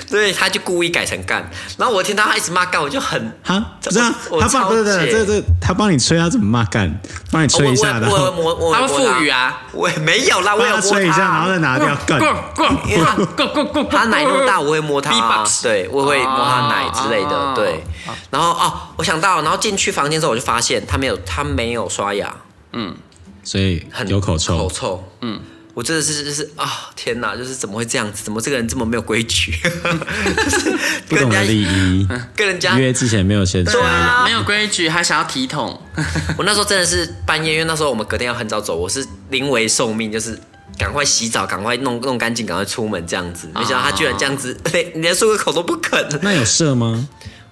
[SPEAKER 2] 所以他就故意改成干，然后我听到他一直骂干，我就很
[SPEAKER 1] 哈，
[SPEAKER 2] 这
[SPEAKER 1] 不是啊
[SPEAKER 2] 我，
[SPEAKER 1] 他
[SPEAKER 2] 超
[SPEAKER 1] 帮对对
[SPEAKER 2] 解
[SPEAKER 1] 对，这这他帮你吹，他怎么骂干？帮你
[SPEAKER 2] 哦我
[SPEAKER 1] 吹一下，然
[SPEAKER 2] 我
[SPEAKER 1] 后
[SPEAKER 2] 我 我
[SPEAKER 3] 他会
[SPEAKER 2] 我
[SPEAKER 3] 赋予啊，
[SPEAKER 2] 我也没有啦，我
[SPEAKER 1] 帮
[SPEAKER 2] 有
[SPEAKER 1] 他
[SPEAKER 2] 摸
[SPEAKER 1] 吹一下，
[SPEAKER 2] 他
[SPEAKER 1] 然后再拿掉干。
[SPEAKER 3] 嗯
[SPEAKER 2] 因为他
[SPEAKER 3] ，go go go，
[SPEAKER 2] 他奶那么大，我会摸 他、啊
[SPEAKER 3] B-box
[SPEAKER 2] 对，我会摸他奶之类的，
[SPEAKER 3] 啊
[SPEAKER 2] 对。然后哦，我想到了，然后进去房间之后，我就发现他没有，他没有刷牙，
[SPEAKER 1] 所以
[SPEAKER 2] 很
[SPEAKER 1] 有口
[SPEAKER 2] 口
[SPEAKER 1] 臭，
[SPEAKER 2] 臭，嗯。我真的是就是啊，天哪！就是怎么会这样子？怎么这个人这么没有规 矩？就是
[SPEAKER 1] 不
[SPEAKER 2] 跟人
[SPEAKER 1] 懂
[SPEAKER 2] 家
[SPEAKER 1] 得礼仪，
[SPEAKER 2] 跟人家
[SPEAKER 1] 约之前没有先说
[SPEAKER 2] 嗯对。啊
[SPEAKER 3] 没有规矩，还想要体统，
[SPEAKER 2] 我那时候真的是半夜，因为那时候我们隔天要很早走，我是临危受命，就是赶快洗澡，赶快弄弄干净，赶快出门这样子。没想到他居然这样子， 连连漱个口都不肯。
[SPEAKER 1] 啊那有射吗？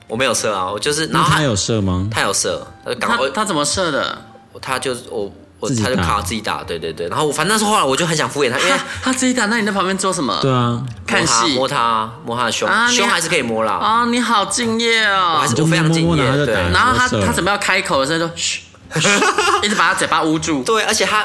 [SPEAKER 2] 我没有射啊，我就是，然
[SPEAKER 1] 那
[SPEAKER 2] 后
[SPEAKER 1] 他有射吗？
[SPEAKER 2] 他有射，他就赶
[SPEAKER 3] 他
[SPEAKER 2] 快
[SPEAKER 3] 他怎么射的？
[SPEAKER 2] 我他就我我
[SPEAKER 1] 自己
[SPEAKER 2] 他
[SPEAKER 1] 打
[SPEAKER 2] 就卡自己打，对对对。然后我反正那时候后来我就很想敷衍他，因为
[SPEAKER 3] 他他自己打，那你在旁边做什么？
[SPEAKER 1] 对啊，
[SPEAKER 3] 看戏
[SPEAKER 2] 摸他摸他摸他的胸
[SPEAKER 3] 啊，你
[SPEAKER 2] 胸还是可以摸啦，
[SPEAKER 3] 啊，你好敬业
[SPEAKER 2] 我
[SPEAKER 3] 哦
[SPEAKER 2] 还。是
[SPEAKER 1] 你就
[SPEAKER 2] 我非常
[SPEAKER 1] 摸
[SPEAKER 2] 敬
[SPEAKER 1] 摸摸然后
[SPEAKER 2] 业，
[SPEAKER 1] 就
[SPEAKER 2] 对。
[SPEAKER 1] 打
[SPEAKER 3] 然后他
[SPEAKER 1] 我射 了
[SPEAKER 3] 他准备要开口的时候就嘘，嘘一直把他嘴巴捂住。
[SPEAKER 2] 对，而且他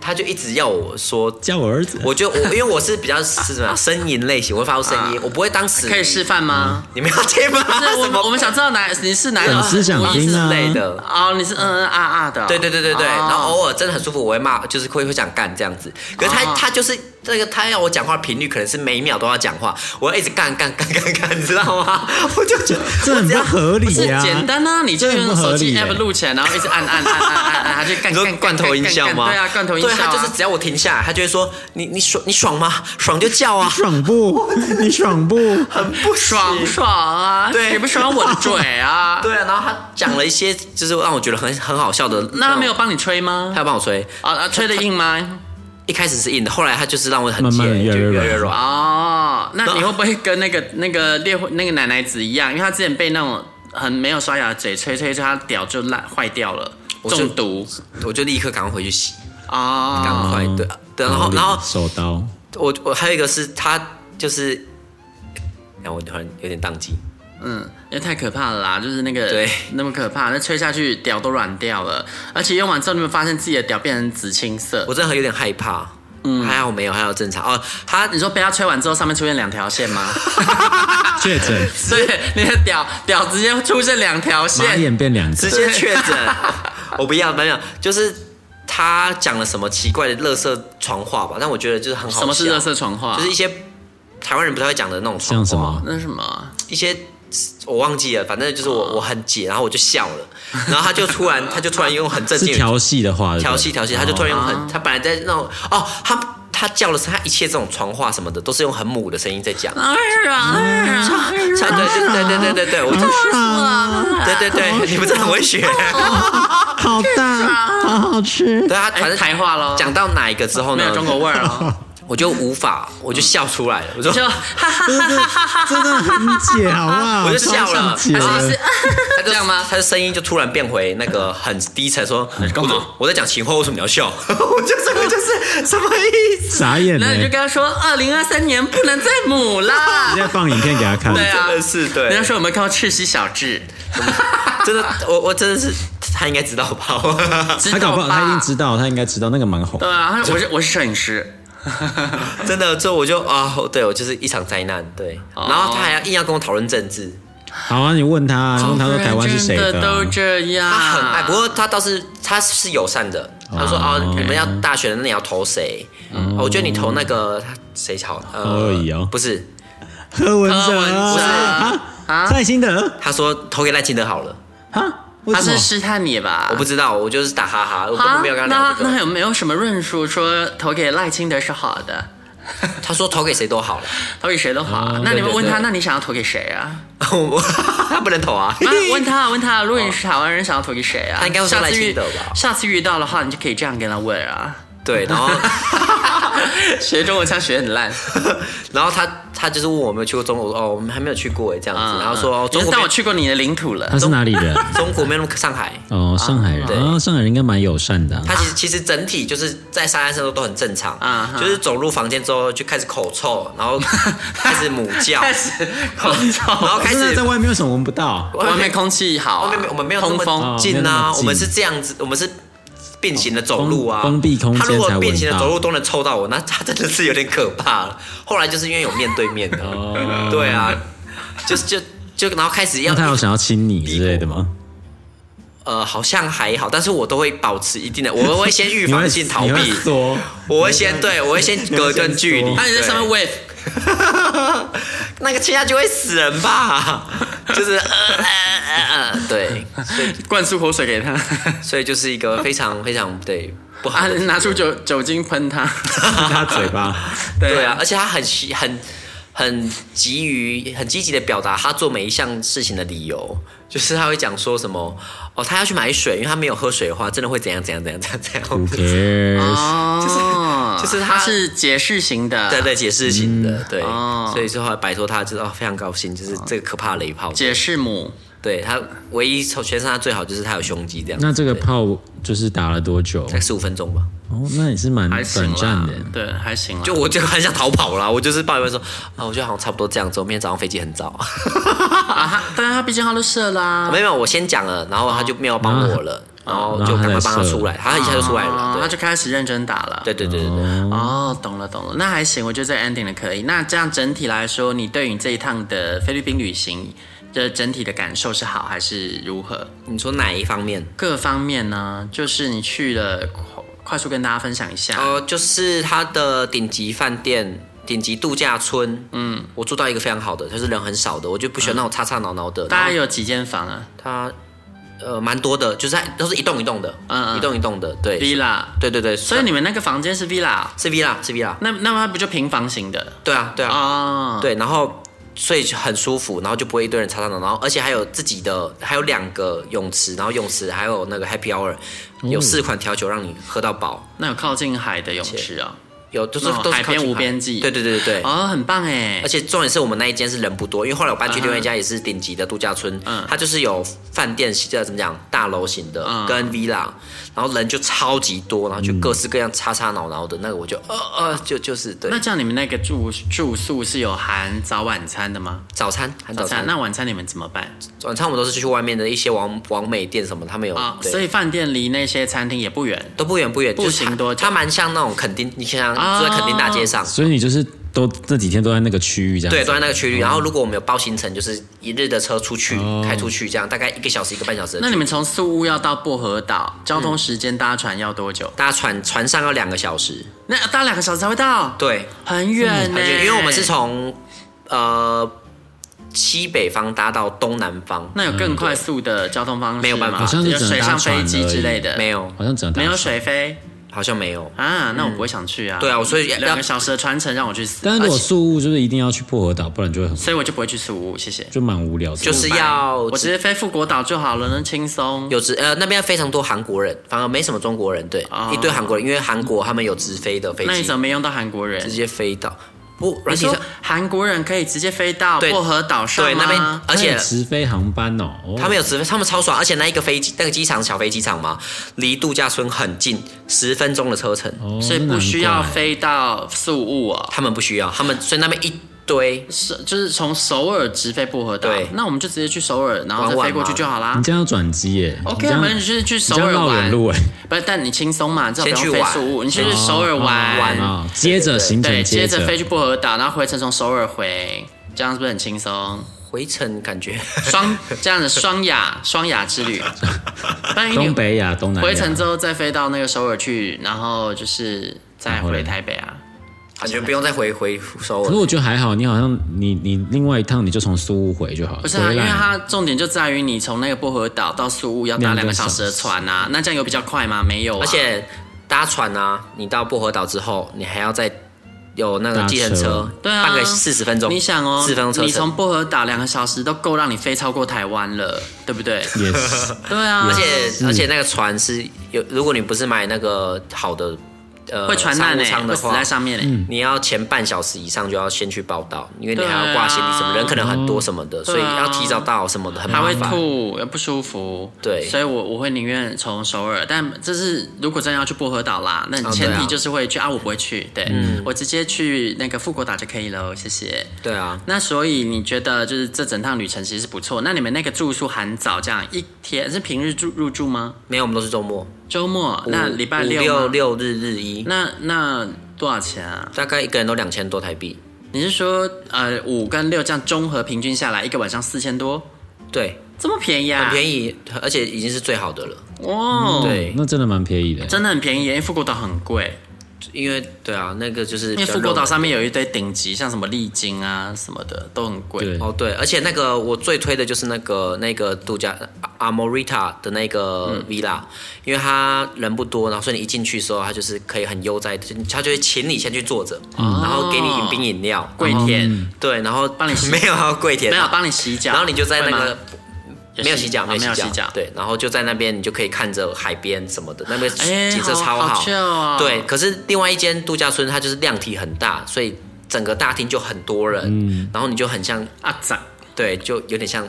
[SPEAKER 2] 他就一直要我说，
[SPEAKER 1] 叫我儿子，
[SPEAKER 2] 我就我因为我是比较是什么呻吟类型，我会发出声音，我不会当死鱼。
[SPEAKER 3] 啊可以示范 吗？
[SPEAKER 2] 你们要听吗？
[SPEAKER 3] 不是
[SPEAKER 2] 什么
[SPEAKER 3] 我我们想知道哪你是哪
[SPEAKER 1] 粉丝想听
[SPEAKER 2] 之
[SPEAKER 1] 啊
[SPEAKER 2] 类的。
[SPEAKER 3] 哦，你是嗯嗯啊啊的哦，
[SPEAKER 2] 对对对对对，
[SPEAKER 3] 哦
[SPEAKER 2] 然后偶尔真的很舒服，我会骂，就是会会想干这样子。可是他、
[SPEAKER 3] 哦
[SPEAKER 2] 他就是这个，他要我讲话频率可能是每秒都要讲话，我要一直干干干干干，你知道吗？我就觉得
[SPEAKER 1] 这很
[SPEAKER 2] 我只
[SPEAKER 1] 不
[SPEAKER 2] 要
[SPEAKER 1] 合理
[SPEAKER 3] 是
[SPEAKER 1] 呀、
[SPEAKER 3] 简单啊，你就
[SPEAKER 1] 这很不
[SPEAKER 3] 用
[SPEAKER 1] 合
[SPEAKER 3] 手
[SPEAKER 1] 理
[SPEAKER 3] 机
[SPEAKER 1] 耶
[SPEAKER 3] app 录起来，然后一直按 按按按按按，他就干
[SPEAKER 2] 你说
[SPEAKER 3] 干
[SPEAKER 2] 罐头音效吗？
[SPEAKER 3] 干干对啊，罐头音效
[SPEAKER 2] 对，他
[SPEAKER 3] 啊，
[SPEAKER 2] 就是只要我停下来，他就会说你你爽你爽吗？爽就叫啊，
[SPEAKER 1] 爽不？你爽不？
[SPEAKER 2] 很不
[SPEAKER 3] 爽爽啊，
[SPEAKER 2] 对
[SPEAKER 3] 谁不喜 欢我的嘴啊？
[SPEAKER 2] 对啊，然后他讲了一些就是让我觉得很很好笑的种，
[SPEAKER 3] 那他没有帮你吹吗
[SPEAKER 2] 他？要帮我吹，
[SPEAKER 3] 啊啊，吹的硬吗？
[SPEAKER 2] 一开始是硬的，后来他就是让我很
[SPEAKER 1] 慢慢
[SPEAKER 2] 贱
[SPEAKER 1] 地越来
[SPEAKER 2] 就
[SPEAKER 1] 越
[SPEAKER 2] 越来越
[SPEAKER 1] 软
[SPEAKER 2] 软。
[SPEAKER 3] 哦，那你会不会跟那个那个烈火那个奶奶子一样？因为她之前被那种很没有刷牙的嘴吹吹吹，她屌就烂坏掉了，
[SPEAKER 2] 就
[SPEAKER 3] 中毒
[SPEAKER 2] 我就立刻赶快回去洗，
[SPEAKER 3] 啊！
[SPEAKER 2] 赶快对对，然后然后
[SPEAKER 1] 哦手刀，
[SPEAKER 2] 我我还有一个是他就是，然后我突然有点宕机，
[SPEAKER 3] 嗯，因为太可怕了啦，就是那个
[SPEAKER 2] 对
[SPEAKER 3] 那么可怕，那吹下去屌都软掉了，而且用完之后你们发现自己的屌变成紫青色
[SPEAKER 2] 我。真的有点害怕。嗯，还好没有，还好正常哦。他
[SPEAKER 3] 你说被他吹完之后，上面出现两条线 吗？
[SPEAKER 1] 确诊，
[SPEAKER 3] 所以你的屌屌直接出现两条
[SPEAKER 1] 马
[SPEAKER 3] 线，
[SPEAKER 1] 眼变两
[SPEAKER 2] 直
[SPEAKER 1] 次，
[SPEAKER 2] 接确诊。 我不要，没有，就是他讲了什么奇怪的乐色床话吧，但我觉得就是很好笑。
[SPEAKER 3] 什么是热色床话？
[SPEAKER 2] 就是一些台湾人不太会讲的那种
[SPEAKER 1] 像
[SPEAKER 2] 床
[SPEAKER 1] 什
[SPEAKER 2] 话，
[SPEAKER 1] 么？
[SPEAKER 3] 那是什么啊？
[SPEAKER 2] 一些我忘记了，反正就是我我很解，然后我就笑了，然后他就突然他就突然用很正
[SPEAKER 1] 是
[SPEAKER 2] 经的
[SPEAKER 1] 调戏的话，对不对
[SPEAKER 2] 调戏调戏，他就突然用
[SPEAKER 3] 哦
[SPEAKER 2] 很他本来在那种哦他。他叫了声，他一切这种床话什么的，都是用很母的声音在讲。
[SPEAKER 3] 哎呀哎呀，
[SPEAKER 2] 对对对对对对对，我就
[SPEAKER 3] 啊
[SPEAKER 2] 对对对， 你们真的很会学。
[SPEAKER 3] 哦
[SPEAKER 1] 好大，好好吃。
[SPEAKER 2] 对他反
[SPEAKER 3] 啊哎，
[SPEAKER 2] 正
[SPEAKER 3] 台话咯，
[SPEAKER 2] 讲到哪一个之后
[SPEAKER 3] 没
[SPEAKER 2] 呢
[SPEAKER 3] 有，中国味儿哦，
[SPEAKER 2] 我就无法，我就笑出来了。我说
[SPEAKER 3] 就哈哈，
[SPEAKER 1] 真的真的很解，好不好？
[SPEAKER 2] 我就笑了
[SPEAKER 1] 超级解
[SPEAKER 2] 还是 他就
[SPEAKER 3] 这样吗
[SPEAKER 2] 他的声音就突然变回那个很低沉，说：“干嘛？我在讲情话，为什么你要笑？”我就这个就是什么意思？
[SPEAKER 1] 傻眼欸了
[SPEAKER 3] 那。你就跟他说，二零二三年不能再母啦
[SPEAKER 1] 人。家放影片给他看，
[SPEAKER 3] 对啊
[SPEAKER 2] 真的是对，
[SPEAKER 3] 人家说有没有看到赤西小智？
[SPEAKER 2] 真的，我我真的是他应该知道 吧？
[SPEAKER 1] 他
[SPEAKER 3] 知
[SPEAKER 1] 搞不好
[SPEAKER 3] 道吧？
[SPEAKER 1] 他一定知道，他应该知道那个蛮红
[SPEAKER 3] 对。啊，我是我是摄影师，
[SPEAKER 2] 真的，这我就啊，对我就是一场灾难。对，
[SPEAKER 3] 哦
[SPEAKER 2] 然后他还要硬要跟我讨论政治，
[SPEAKER 1] 好啊，你问他啊，你问他说台湾是谁
[SPEAKER 3] 真
[SPEAKER 1] 的
[SPEAKER 3] 的
[SPEAKER 1] 啊
[SPEAKER 3] 都？这样。
[SPEAKER 2] 他很爱，不过他倒是他是友善的。他说：“
[SPEAKER 1] 哦
[SPEAKER 2] 哦，你们要大选，那你要投谁？哦我觉得你投那个他谁好？呃
[SPEAKER 1] 侯友宜哦
[SPEAKER 2] 不是，
[SPEAKER 1] 柯文
[SPEAKER 3] 柯
[SPEAKER 1] 哲
[SPEAKER 3] 文
[SPEAKER 1] 啊
[SPEAKER 3] 哲
[SPEAKER 1] 啊，
[SPEAKER 3] 啊
[SPEAKER 1] 蔡兴德
[SPEAKER 2] 他说投给赖清德好了。”
[SPEAKER 1] 啊，为
[SPEAKER 3] 他
[SPEAKER 1] 什
[SPEAKER 3] 是
[SPEAKER 1] 么？
[SPEAKER 3] 试探你吧？
[SPEAKER 2] 我不知道，我就是打哈哈，我根本没有跟他聊
[SPEAKER 3] 那
[SPEAKER 2] 这
[SPEAKER 3] 啊那
[SPEAKER 2] 个。
[SPEAKER 3] 有没有什么论述说投给赖清德是好的，
[SPEAKER 2] 他说投给谁都好了，
[SPEAKER 3] 投给谁都好啊？那你
[SPEAKER 2] 对
[SPEAKER 3] 们
[SPEAKER 2] 嗯对
[SPEAKER 3] 问他，
[SPEAKER 2] 对
[SPEAKER 3] 那你想要投给 谁啊？
[SPEAKER 2] 我他不能投 啊。
[SPEAKER 3] 啊问他，问他，如果你是台湾人，想要投给谁啊？
[SPEAKER 2] 他应该会说
[SPEAKER 3] 下次
[SPEAKER 2] 赖
[SPEAKER 3] 遇
[SPEAKER 2] 清德吧
[SPEAKER 3] 下次遇到的话，你就可以这样跟他问啊。
[SPEAKER 2] 对，然后
[SPEAKER 3] 学中文腔学很烂，
[SPEAKER 2] 然后他他就是问我有没有去过中国，我说哦，我们还没有去过哎，这样子。然后说哦，中
[SPEAKER 3] 啊你
[SPEAKER 2] 国
[SPEAKER 3] 带
[SPEAKER 2] 没
[SPEAKER 3] 嗯我去过你的领土了
[SPEAKER 1] 他。是哪里人？
[SPEAKER 2] 中国没有那么上海。
[SPEAKER 1] 哦，上海人
[SPEAKER 2] 对
[SPEAKER 1] 啊，上海人应该蛮友善的啊。
[SPEAKER 2] 他其实其实整体就是在沙滩上都很正常
[SPEAKER 3] 啊，哈
[SPEAKER 2] 就是走入房间之后就开始口臭，然 后开始母叫，
[SPEAKER 3] 开始口
[SPEAKER 2] 然
[SPEAKER 3] 罩，
[SPEAKER 2] 后开
[SPEAKER 1] 真的
[SPEAKER 2] 始
[SPEAKER 1] 在外面为什么闻不到？
[SPEAKER 2] 外面
[SPEAKER 3] 外面空气好啊，
[SPEAKER 2] 外面我们哦没有那
[SPEAKER 3] 通风，
[SPEAKER 2] 么
[SPEAKER 1] 哦
[SPEAKER 2] 近
[SPEAKER 1] 没有那
[SPEAKER 2] 啊
[SPEAKER 1] 么，近哦
[SPEAKER 2] 我们是这样子，我们是。变形的走路啊，
[SPEAKER 1] 封封闭空间
[SPEAKER 2] 他如果
[SPEAKER 1] 才闻
[SPEAKER 2] 变形的
[SPEAKER 1] 到
[SPEAKER 2] 走路都能抽到我，那他真的是有点可怕了。后来就是因为有面对面的，
[SPEAKER 1] 哦
[SPEAKER 2] 对啊，就是就就然后开始要
[SPEAKER 1] 那他有想要亲你之类的吗？
[SPEAKER 2] 呃，好像还好，但是我都会保持一定的，我会先预
[SPEAKER 1] 你
[SPEAKER 2] 防
[SPEAKER 1] 会
[SPEAKER 2] 性逃
[SPEAKER 1] 你会
[SPEAKER 2] 避，
[SPEAKER 1] 缩，
[SPEAKER 2] 我会先对我会先隔断距离。
[SPEAKER 1] 你会
[SPEAKER 3] 那你在
[SPEAKER 2] 对
[SPEAKER 3] 上面 wave，
[SPEAKER 2] 那个亲下去会死人吧？ 就是呃呃呃呃，对，
[SPEAKER 3] 灌输口水 给他，
[SPEAKER 2] 所以就是一个非常非常对不好
[SPEAKER 3] 啊
[SPEAKER 2] 的，
[SPEAKER 3] 拿出酒酒精喷他，
[SPEAKER 1] 他嘴巴。
[SPEAKER 2] 对啊，而且他很喜很很急于很积极的表达他做每一项事情的理由，就是他会讲说什么哦，他要去买水，因为他没有喝水的话，真的会怎样怎样怎样怎样怎样。
[SPEAKER 1] Who
[SPEAKER 2] 啊
[SPEAKER 1] cares？
[SPEAKER 3] 哦，
[SPEAKER 2] 就是他
[SPEAKER 3] 是解释型的，
[SPEAKER 2] 对对，解释型的，对，
[SPEAKER 3] 哦
[SPEAKER 2] 所以最后来摆脱他，嗯就是哦，非常高兴，就是这个可怕的雷炮，
[SPEAKER 3] 解释母，
[SPEAKER 2] 对他唯一从全身他最好就是他有胸肌这样子，
[SPEAKER 1] 那这个
[SPEAKER 2] 对
[SPEAKER 1] 炮就是打了多久
[SPEAKER 2] 大？概十五分钟吧，
[SPEAKER 1] 哦，那也是蛮
[SPEAKER 3] 还行
[SPEAKER 1] 短暂
[SPEAKER 3] 啦
[SPEAKER 1] 的。，
[SPEAKER 3] 对，还行 啦，
[SPEAKER 2] 就我就很想逃跑啦，我就是抱怨说啊，我觉得好像差不多这样子，我明天早上飞机很早，
[SPEAKER 3] 啊，他但他毕竟他都射啦
[SPEAKER 2] 没，有，没有我先讲了，然后他就没有帮我了，然后
[SPEAKER 4] 然后
[SPEAKER 2] 就
[SPEAKER 4] 他
[SPEAKER 2] 赶快
[SPEAKER 4] 在
[SPEAKER 2] 帮他
[SPEAKER 4] 射
[SPEAKER 2] 出来，他一下就出来了，
[SPEAKER 3] 哦
[SPEAKER 2] 对
[SPEAKER 3] 他就开始认真打了。
[SPEAKER 2] 对对对对对。
[SPEAKER 3] 哦，懂了懂了，那还行，我觉得这个 ending 的可以。那这样整体来说，你对于你这一趟的菲律宾旅行的整体的感受是好还是如何？
[SPEAKER 2] 你说哪一方面？
[SPEAKER 3] 各方面呢，就是你去了，快快速跟大家分享一下。
[SPEAKER 2] 呃，就是它的顶级饭店、顶级度假村，嗯，我住到一个非常好的，它是人很少的，我就不喜欢那种吵吵闹闹的。
[SPEAKER 3] 大概
[SPEAKER 2] 然后
[SPEAKER 3] 有几间房啊
[SPEAKER 2] 它呃蛮多的，就是它都是一栋一栋的，
[SPEAKER 3] 嗯嗯
[SPEAKER 2] 一栋一栋的，对
[SPEAKER 3] ？villa，
[SPEAKER 2] 对对对，
[SPEAKER 3] 所以你们那个房间是 villa，啊
[SPEAKER 2] 是 villa 是 villa，
[SPEAKER 3] 那那它不就平房型的
[SPEAKER 2] 对啊对啊，
[SPEAKER 3] 哦？，
[SPEAKER 2] 对，然后所以就很舒服，然后就不会一堆人吵吵闹闹，然后而且还有自己的，还有两个泳池，然后泳池还有那个 happy hour，有
[SPEAKER 3] 嗯
[SPEAKER 2] 四款调酒让你喝到饱，
[SPEAKER 3] 那有靠近海的泳池啊、
[SPEAKER 2] 有就是
[SPEAKER 3] 那种
[SPEAKER 2] 都是
[SPEAKER 3] 海
[SPEAKER 2] 靠
[SPEAKER 3] 边
[SPEAKER 2] 近
[SPEAKER 3] 无边际
[SPEAKER 2] 对对对对对。
[SPEAKER 3] 哦，很棒哎
[SPEAKER 2] 而，且重点是我们那一间是人不多，因为后来我搬去另外一家也是顶级的度假村，
[SPEAKER 3] 嗯
[SPEAKER 2] 它就是有饭店型的，怎么讲，大楼型的、
[SPEAKER 3] 嗯
[SPEAKER 2] 跟 villa，然后人就超级多，然后就各式各样吵吵闹闹的，那个我就呃呃就就是对
[SPEAKER 3] 那这样你们那个住住宿是有含早晚餐的吗？
[SPEAKER 2] 早餐，含
[SPEAKER 3] 早
[SPEAKER 2] 早餐
[SPEAKER 3] 餐，，那晚餐你们怎么办
[SPEAKER 2] 晚餐我们都是去外面的一些网网美店什么，他们有，
[SPEAKER 3] 啊？
[SPEAKER 2] 哦对
[SPEAKER 3] 所以饭店离那些餐厅也不远
[SPEAKER 2] 都不远不远，
[SPEAKER 3] 步
[SPEAKER 2] 就是
[SPEAKER 3] 行
[SPEAKER 2] 它
[SPEAKER 3] 多久
[SPEAKER 2] 它蛮像那种垦丁，你想
[SPEAKER 3] 啊
[SPEAKER 2] 想住在垦丁大街上，
[SPEAKER 4] 所以你就是啊嗯都这几天都在那个区域这样子。
[SPEAKER 2] 对，都在那个区域。然后如果我们有包行程，就是一日的车出去、
[SPEAKER 4] 哦
[SPEAKER 2] 开出去，这样大概一个小时一个半小时的距离。
[SPEAKER 3] 那你们从宿务要到薄荷岛，交
[SPEAKER 2] 嗯
[SPEAKER 3] 通时间搭船要多久？
[SPEAKER 2] 搭船船上要两个小时，
[SPEAKER 3] 那搭两个小时才会到，
[SPEAKER 2] 对，
[SPEAKER 3] 很远欸呢、
[SPEAKER 2] 而且因为我们是从呃西北方搭到东南方，
[SPEAKER 3] 那有更快速的交通方式吗
[SPEAKER 2] 没有办法好
[SPEAKER 4] 像是
[SPEAKER 3] 有
[SPEAKER 4] 只能
[SPEAKER 3] 水上
[SPEAKER 4] 搭船
[SPEAKER 3] 飞机
[SPEAKER 4] 而已
[SPEAKER 3] 之类的，
[SPEAKER 2] 没有，
[SPEAKER 4] 好像只能搭
[SPEAKER 3] 没有
[SPEAKER 4] 船，
[SPEAKER 3] 水飞
[SPEAKER 2] 好像没有。
[SPEAKER 3] 啊，那我不会想去啊。
[SPEAKER 2] 对啊，我所以要
[SPEAKER 3] 两个小时的船程让我去死，
[SPEAKER 4] 但是
[SPEAKER 3] 而
[SPEAKER 4] 如果
[SPEAKER 3] 且
[SPEAKER 4] 宿务就是一定要去薄荷岛，不然就会很
[SPEAKER 3] 所以我就不会去宿务，谢谢。
[SPEAKER 4] 就蛮无聊的。
[SPEAKER 2] 就是要
[SPEAKER 3] 我直接飞富国岛就好了，能轻松。
[SPEAKER 2] 有直呃那边非常多韩国人，反而没什么中国人，对，
[SPEAKER 3] 哦
[SPEAKER 2] 一堆韩国人，因为韩国他们有直飞的飞
[SPEAKER 3] 那你
[SPEAKER 2] 机
[SPEAKER 3] 怎么，没用到韩国人
[SPEAKER 2] 直？接飞到不
[SPEAKER 3] 你
[SPEAKER 2] 软体
[SPEAKER 3] 说
[SPEAKER 2] 上。
[SPEAKER 3] 韩国人可以直接飞到
[SPEAKER 2] 对
[SPEAKER 3] 薄荷岛上
[SPEAKER 2] 对，那边呃
[SPEAKER 3] 吗？
[SPEAKER 2] 而且
[SPEAKER 4] 它有直飞航班哦，哦
[SPEAKER 2] 他们有直飞，他们超爽，而且那一个飞机，那个机场小飞机场嘛，离度假村很近，十分钟的车程，
[SPEAKER 4] 哦
[SPEAKER 3] 所以不需
[SPEAKER 4] 那
[SPEAKER 3] 要
[SPEAKER 4] 难怪
[SPEAKER 3] 飞到宿务哦，
[SPEAKER 2] 他们不需要，他们所以那边一堆，
[SPEAKER 3] 是就是从首尔直飞薄荷岛
[SPEAKER 2] 对，
[SPEAKER 3] 那我们就直接去首尔，然后再
[SPEAKER 2] 玩玩
[SPEAKER 3] 飞过去
[SPEAKER 2] 嘛
[SPEAKER 3] 就好啦
[SPEAKER 4] 你。这样要转机耶
[SPEAKER 3] OK，
[SPEAKER 4] 你这
[SPEAKER 3] 我
[SPEAKER 4] 样
[SPEAKER 3] 们就是去
[SPEAKER 4] 你
[SPEAKER 3] 首
[SPEAKER 4] 这样
[SPEAKER 3] 尔
[SPEAKER 4] 绕远
[SPEAKER 3] 玩，
[SPEAKER 4] 路哎，
[SPEAKER 3] 不是，但你轻松嘛，至少不
[SPEAKER 2] 先
[SPEAKER 3] 用
[SPEAKER 2] 去
[SPEAKER 3] 飞
[SPEAKER 2] 玩
[SPEAKER 3] 宿务，你先去首尔玩，
[SPEAKER 2] 玩
[SPEAKER 4] 啊，哦接着行程
[SPEAKER 3] 对，接
[SPEAKER 4] 着
[SPEAKER 3] 着飞去薄荷岛，然后回程从首尔回，这样是不是很 轻松？
[SPEAKER 2] 回程感觉
[SPEAKER 3] 双这样子双亚双亚 之旅，万一你
[SPEAKER 4] 东北亚、东南亚，
[SPEAKER 3] 回程之后再飞到那个首尔去，然后就是再回台北啊。
[SPEAKER 2] 感觉不用再回回首
[SPEAKER 4] 可是
[SPEAKER 2] 尔，
[SPEAKER 4] 我觉得还好，你好像你你另外一趟你就从苏屋回就好了，
[SPEAKER 3] 不是啊，
[SPEAKER 4] 回
[SPEAKER 3] 因
[SPEAKER 4] 来
[SPEAKER 3] 为它重点就在于你从那个薄荷岛到宿务要搭两
[SPEAKER 4] 两
[SPEAKER 3] 个
[SPEAKER 4] 个
[SPEAKER 3] 小时的船
[SPEAKER 4] 嗯
[SPEAKER 3] 啊，那这样有比较快吗？没有、啊，
[SPEAKER 2] 而且搭船啊，你到薄荷岛之后，你还要再有那个
[SPEAKER 4] 搭
[SPEAKER 2] 计程车
[SPEAKER 4] 车，
[SPEAKER 3] 对啊
[SPEAKER 2] 半个四十分钟，
[SPEAKER 3] 你想哦
[SPEAKER 2] 四分钟，车
[SPEAKER 3] 你
[SPEAKER 2] 程
[SPEAKER 3] 从。薄荷岛两个小时都够让你飞超过台湾了，对不 对？
[SPEAKER 4] 也是
[SPEAKER 3] 对啊，
[SPEAKER 2] 而
[SPEAKER 4] 嗯
[SPEAKER 2] 且而且那个船是有，如果你不是买那个好的，呃，
[SPEAKER 3] 会传染
[SPEAKER 2] 商务舱
[SPEAKER 3] 呢、会
[SPEAKER 2] 的
[SPEAKER 3] 死
[SPEAKER 2] 话，
[SPEAKER 3] 在上面呢、欸
[SPEAKER 2] 你要前半小时以上就要先去报到，因为你
[SPEAKER 3] 对啊
[SPEAKER 2] 还要挂行李什么，人可能很多什么的，所以
[SPEAKER 3] 对啊
[SPEAKER 2] 要提早到什么的，很嗯
[SPEAKER 3] 还
[SPEAKER 2] 麻
[SPEAKER 3] 会
[SPEAKER 2] 烦。
[SPEAKER 3] 吐，又不舒服。
[SPEAKER 2] 对
[SPEAKER 3] 所以我我会宁愿从首尔，但这是如果真的要去薄荷岛啦，那
[SPEAKER 2] 啊
[SPEAKER 3] 前
[SPEAKER 2] 对
[SPEAKER 3] 提
[SPEAKER 2] 啊
[SPEAKER 3] 就是会去啊我不会去，对、我直接去那个富国岛就可以喽，谢谢。
[SPEAKER 2] 对啊，
[SPEAKER 3] 那所以你觉得就是这整趟旅程其实是不错，那你们那个住宿含早这样一天是平日住入住吗？
[SPEAKER 2] 没有，我们都是周末，
[SPEAKER 3] 周末
[SPEAKER 2] 五
[SPEAKER 3] 那礼拜
[SPEAKER 2] 五
[SPEAKER 3] 六
[SPEAKER 2] 六
[SPEAKER 3] 吗
[SPEAKER 2] 六日日一，
[SPEAKER 3] 那那多少钱啊？
[SPEAKER 2] 大概一个人都两千多台币。
[SPEAKER 3] 你是说呃五跟六这样综合平均下来一个晚上四千多，
[SPEAKER 2] 对，
[SPEAKER 3] 这么便宜啊？
[SPEAKER 2] 很
[SPEAKER 3] 宜
[SPEAKER 2] 便宜，而且已经是最好的了。
[SPEAKER 3] 哇！哦
[SPEAKER 2] 对，
[SPEAKER 4] 那真的蛮便宜的，
[SPEAKER 3] 真的很便宜耶，因为富国岛很贵，
[SPEAKER 2] 因为对啊，那个就是
[SPEAKER 3] 因
[SPEAKER 2] 比
[SPEAKER 3] 为
[SPEAKER 2] 较
[SPEAKER 3] 富国
[SPEAKER 2] 热
[SPEAKER 3] 岛
[SPEAKER 2] 门
[SPEAKER 3] 上面有一堆顶级，像什么丽晶啊什么的都很贵。
[SPEAKER 4] 对
[SPEAKER 2] 哦，对，而且那个我最推的就是那个那个度假阿莫瑞塔的那
[SPEAKER 3] 嗯
[SPEAKER 2] 个 villa，、因为它人不多，然后所以你一进去的时候，它就是可以很悠哉，就它就会请你先去坐着，然后给你饮冰饮料，
[SPEAKER 3] 跪舔
[SPEAKER 2] 对，然后
[SPEAKER 3] 哦帮你洗
[SPEAKER 2] 没有还有跪舔，
[SPEAKER 3] 没有
[SPEAKER 2] 然后
[SPEAKER 3] 帮你洗
[SPEAKER 2] 嗯
[SPEAKER 3] 脚，
[SPEAKER 2] 然后你就在那
[SPEAKER 3] 会
[SPEAKER 2] 个
[SPEAKER 3] 吗
[SPEAKER 2] 没有洗脚，
[SPEAKER 3] 啊没有
[SPEAKER 2] 洗
[SPEAKER 3] 洗脚，
[SPEAKER 2] 对，然后就在那边你就可以看着海边什么的，那边
[SPEAKER 3] 哎
[SPEAKER 2] 景色
[SPEAKER 3] 好
[SPEAKER 2] 超
[SPEAKER 3] 好 chill 哦
[SPEAKER 2] 对，可是另外一间度假村它就是量体很大，所以整个大厅就很多人，
[SPEAKER 3] 嗯
[SPEAKER 2] 然后你就很像
[SPEAKER 3] 啊咋
[SPEAKER 2] 对，就有点像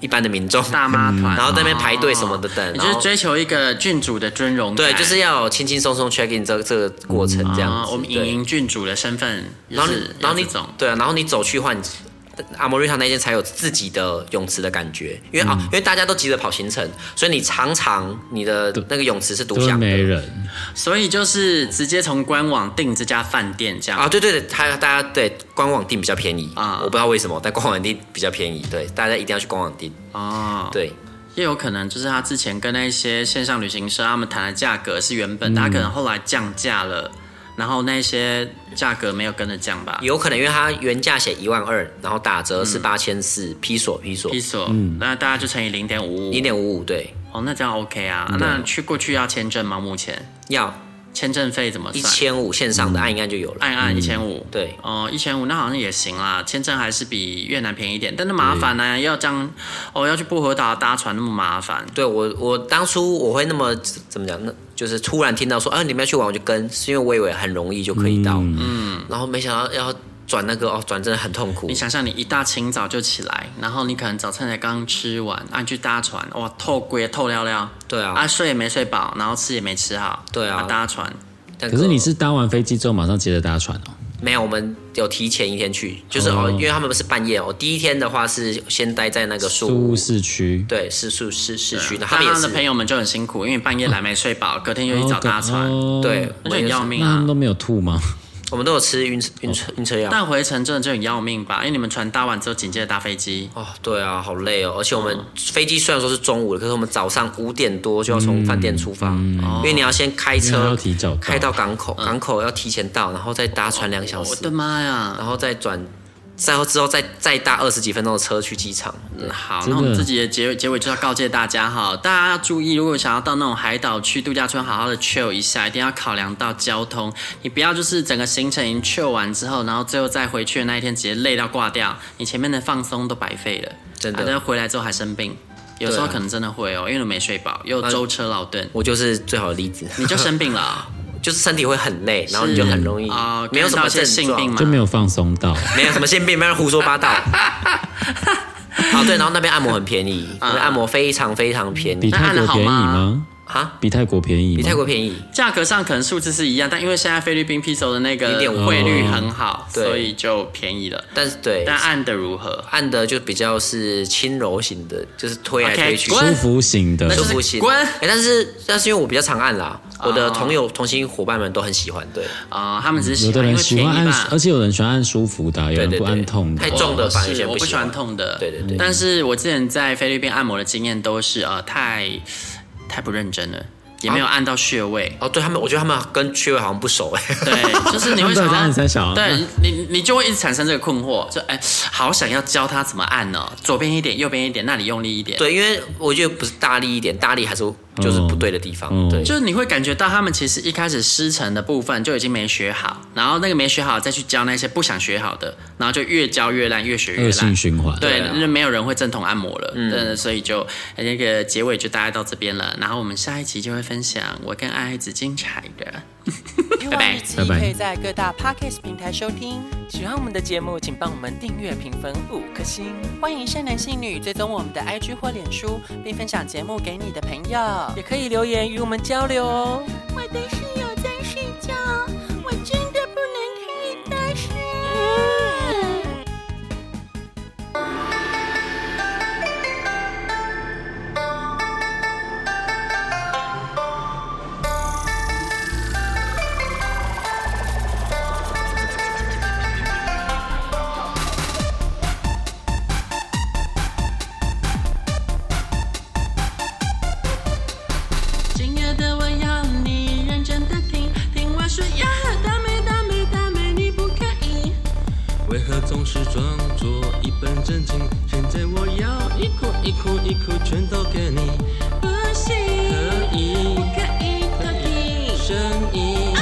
[SPEAKER 2] 一般的民众，
[SPEAKER 3] 大妈团，
[SPEAKER 2] 嗯
[SPEAKER 3] 哦
[SPEAKER 2] 然后在那边排队什么的等，
[SPEAKER 3] 你
[SPEAKER 2] 然
[SPEAKER 3] 就
[SPEAKER 2] 后
[SPEAKER 3] 是追求一个郡主的尊荣感，
[SPEAKER 2] 对，就是要有轻轻松松 check in 这个这个过程这样
[SPEAKER 3] 啊
[SPEAKER 2] 子。
[SPEAKER 3] 我们
[SPEAKER 2] 对
[SPEAKER 3] 莹莹郡主的身份，
[SPEAKER 2] 然后
[SPEAKER 3] 就是
[SPEAKER 2] 你然后你
[SPEAKER 3] 要这种
[SPEAKER 2] 对啊，然后你走去换阿莫瑞塔那间才有自己的泳池的感觉，因为啊、
[SPEAKER 3] 嗯
[SPEAKER 2] 因为大家都急着跑行程，所以你常常你的那个泳池是独
[SPEAKER 4] 都
[SPEAKER 2] 享的
[SPEAKER 4] 没人，
[SPEAKER 3] 所以就是直接从官网订这家饭店这样
[SPEAKER 2] 啊，对对对，他大家对官网订比较便宜
[SPEAKER 3] 啊
[SPEAKER 2] 啊，我不知道为什么，但官网订比较便宜，对，大家一定要去官网订，
[SPEAKER 3] 哦，
[SPEAKER 2] 对，
[SPEAKER 3] 也有可能就是他之前跟那些线上旅行社他们谈的价格是原本的，他可能后来降价了，然后那些价格没有跟着降吧。
[SPEAKER 2] 有可能因为它原价写一万二，然后打折
[SPEAKER 3] 嗯
[SPEAKER 2] 是八千四，批锁批锁
[SPEAKER 3] 一所，那大家就乘以零点五五，
[SPEAKER 2] 零点五五，对，
[SPEAKER 3] 哦，那这样 OK 啊。那去过去要签证吗？目前
[SPEAKER 2] 要
[SPEAKER 3] 签证费怎么
[SPEAKER 2] 一
[SPEAKER 3] 算？
[SPEAKER 2] 千五线上的按一按就有了，
[SPEAKER 3] 按按一千五，
[SPEAKER 2] 对
[SPEAKER 3] 哦，一千五那好像也行啦，签证还是比越南便宜一点，但是麻烦呢、啊要这样哦，要去薄荷岛搭船那么麻烦，
[SPEAKER 2] 对我我当初我会那么怎么讲，那就是突然听到说啊你们要去玩我就跟，是因为我以为很容易就可以到，嗯，然后没想到要转那个哦转真的很痛苦
[SPEAKER 3] 你，想象你一大清早就起来，然后你可能早餐才刚吃完，啊，你去搭船，哇，透鬼透撩撩，
[SPEAKER 2] 对啊
[SPEAKER 3] 啊，睡也没睡饱，然后吃也没吃好，
[SPEAKER 2] 对啊
[SPEAKER 3] 搭船，
[SPEAKER 2] 但
[SPEAKER 4] 可是你是搭完飞机之后马上接着搭船哦。
[SPEAKER 2] 没有，我们有提前一天去，就是哦
[SPEAKER 4] 哦
[SPEAKER 2] 因为他们是半夜哦。第一天的话是先待在那个树
[SPEAKER 4] 苏
[SPEAKER 2] 屋
[SPEAKER 4] 屋，市区，
[SPEAKER 2] 对，是树市市区，那他
[SPEAKER 3] 搭
[SPEAKER 2] 们也
[SPEAKER 3] 上的
[SPEAKER 2] 是
[SPEAKER 3] 朋友们就很辛苦，因为你半夜来没睡饱，隔天又一早搭船，
[SPEAKER 4] 哦
[SPEAKER 2] 对，我
[SPEAKER 3] 那就
[SPEAKER 2] 们也是
[SPEAKER 3] 很要命
[SPEAKER 4] 那他
[SPEAKER 3] 啊
[SPEAKER 4] 们。都没有吐吗？
[SPEAKER 2] 我们都有吃晕晕车晕车药。
[SPEAKER 3] 但回程真的就很要命吧，因为你们船搭完之后紧接着搭飞机，
[SPEAKER 2] 哦，对啊，好累哦，而且我们飞机虽然说是中午了，可是我们早上五点多就要从饭店出发，因为你要先开
[SPEAKER 4] 嗯因为它要
[SPEAKER 2] 车
[SPEAKER 4] 提早到
[SPEAKER 2] 开到港口，港口要提前到，然后再搭船两小
[SPEAKER 3] 嗯哦我
[SPEAKER 2] 时，
[SPEAKER 3] 的妈呀！
[SPEAKER 2] 然后再转，再之后再再搭二十几分钟的车去机场。嗯
[SPEAKER 3] 好，
[SPEAKER 4] 真
[SPEAKER 3] 那
[SPEAKER 4] 的
[SPEAKER 3] 我们自己的结结尾就是要告诫大家哈，大家要注意，如果想要到那种海岛去度假村好好的 chill 一下，一定要考量到交通，你不要就是整个行程已经 chill 完之后，然后最后再回去的那一天直接累到挂掉，你前面的放松都白费了，
[SPEAKER 2] 真的
[SPEAKER 3] 啊但是回来之后还生病，有时候可能真的会哦，因为你没睡饱，又舟车劳顿，
[SPEAKER 2] 我就是最好的例子，
[SPEAKER 3] 你就生病了啊、
[SPEAKER 2] 就是身体会很累，然后你就很容易
[SPEAKER 3] 啊，
[SPEAKER 2] 没有什
[SPEAKER 3] 感
[SPEAKER 2] 么
[SPEAKER 3] 染到一些
[SPEAKER 2] 症
[SPEAKER 3] 性
[SPEAKER 2] 状
[SPEAKER 3] 病嘛
[SPEAKER 4] 就没有放松到，
[SPEAKER 3] 啊
[SPEAKER 2] 没有什么性病，不要胡说八道。啊，对，然后那边按摩很便宜，
[SPEAKER 3] 嗯
[SPEAKER 2] 那边按摩非常非常便
[SPEAKER 4] 比
[SPEAKER 2] 宜
[SPEAKER 3] 那
[SPEAKER 4] 泰
[SPEAKER 3] 按得
[SPEAKER 4] 国
[SPEAKER 3] 好
[SPEAKER 4] 便宜
[SPEAKER 3] 吗
[SPEAKER 4] 吗？
[SPEAKER 2] 啊，
[SPEAKER 4] 比泰国便宜吗？
[SPEAKER 2] 比泰国便宜。
[SPEAKER 3] 价格上可能数字是一样，但因为现在菲律宾 peso 的那个
[SPEAKER 2] 0.5
[SPEAKER 3] 汇率很好，
[SPEAKER 2] 对
[SPEAKER 3] 所以就便宜了。
[SPEAKER 2] 但是对，
[SPEAKER 3] 但按的如何？
[SPEAKER 2] 按的就比较是轻柔型的，就是推来
[SPEAKER 3] OK，
[SPEAKER 2] 推去
[SPEAKER 3] 滚
[SPEAKER 4] 舒服型的
[SPEAKER 3] 那，就
[SPEAKER 2] 舒
[SPEAKER 3] 是哦
[SPEAKER 2] 服型。
[SPEAKER 3] 滚
[SPEAKER 2] 哎但是但是因为我比较常按啦，我的同友同行伙伴们都很喜欢，对
[SPEAKER 3] 啊、他们只是
[SPEAKER 4] 嗯
[SPEAKER 3] 喜
[SPEAKER 4] 有的
[SPEAKER 3] 欢，因
[SPEAKER 4] 人
[SPEAKER 3] 为
[SPEAKER 4] 喜
[SPEAKER 3] 便
[SPEAKER 4] 欢
[SPEAKER 3] 宜
[SPEAKER 4] 按，
[SPEAKER 3] 吧
[SPEAKER 4] 而。且有人喜欢按舒服的啊，有
[SPEAKER 2] 对
[SPEAKER 4] 人
[SPEAKER 2] 对
[SPEAKER 4] 不
[SPEAKER 2] 对
[SPEAKER 4] 按痛的
[SPEAKER 2] 太。重的
[SPEAKER 3] 我
[SPEAKER 2] 反而有些
[SPEAKER 3] 是
[SPEAKER 2] 人
[SPEAKER 3] 我
[SPEAKER 2] 不
[SPEAKER 3] 喜
[SPEAKER 2] 喜
[SPEAKER 3] 欢
[SPEAKER 2] 欢。
[SPEAKER 3] 痛的，
[SPEAKER 2] 对对对
[SPEAKER 3] 但是我之前在菲律宾按摩的经验都是呃太太不认真了，也
[SPEAKER 2] 啊
[SPEAKER 3] 没有按到穴位。
[SPEAKER 2] 哦，对他们，我觉得他们跟缺位好像不熟哎。
[SPEAKER 3] 对，就是你会想
[SPEAKER 4] 他们到底 在按三
[SPEAKER 3] 要，
[SPEAKER 4] 小啊嗯
[SPEAKER 3] 对你你就会一直产生这个困惑，就哎，好想要教他怎么按哦，左边一点，右边一点，那里用力一点。，
[SPEAKER 2] 对，因为我觉得不是大力一点，大力还是就是不对的地方。
[SPEAKER 4] 嗯
[SPEAKER 2] 对，
[SPEAKER 3] 就是你会感觉到他们其实一开始师承的部分就已经没学好，然后那个没学好再去教那些不想学好的，然后就越教越烂，越学越
[SPEAKER 4] 恶
[SPEAKER 3] 烂
[SPEAKER 4] 性。循环，
[SPEAKER 3] 对，那没有人会正统按摩了，嗯，所以就呃那个结尾就大概到这边了。然后我们下一集就会分享我跟爱子精彩的，
[SPEAKER 5] 欲
[SPEAKER 3] 拜拜
[SPEAKER 5] 望日记
[SPEAKER 4] 拜拜
[SPEAKER 5] 可以在各大 podcast 平台收听。喜欢我们的节目，请帮我们订阅、评分五颗星。欢迎善男信女追踪我们的 IG 或脸书，并分享节目给你的朋友，也可以留言与我们交流哦。
[SPEAKER 6] 我的室友在睡觉，我真的不能听你大声。
[SPEAKER 7] 今夜的我要你认真的听，听我说呀，大美大美大美，你不可以。
[SPEAKER 8] 为何总是装作一本正经？现在我要一哭一哭一哭，全都给你。
[SPEAKER 7] 不行，
[SPEAKER 8] 可以
[SPEAKER 7] 不可以，可以。
[SPEAKER 8] 声音，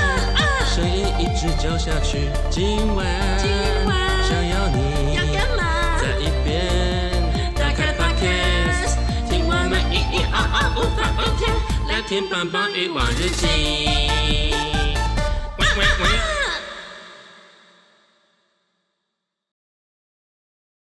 [SPEAKER 8] 声音一直叫下去。今晚，
[SPEAKER 7] 今晚
[SPEAKER 8] 想要你
[SPEAKER 7] 要干嘛？
[SPEAKER 8] 在一边
[SPEAKER 7] 打开 podcast，听我们咿咿啊啊无法无天，
[SPEAKER 8] 来
[SPEAKER 7] 来
[SPEAKER 8] 听
[SPEAKER 7] 听
[SPEAKER 8] 棒
[SPEAKER 7] 棒
[SPEAKER 8] 棒
[SPEAKER 7] 棒
[SPEAKER 8] 与
[SPEAKER 7] 与
[SPEAKER 8] 往
[SPEAKER 7] 往
[SPEAKER 8] 日
[SPEAKER 7] 日
[SPEAKER 8] 记
[SPEAKER 7] 记。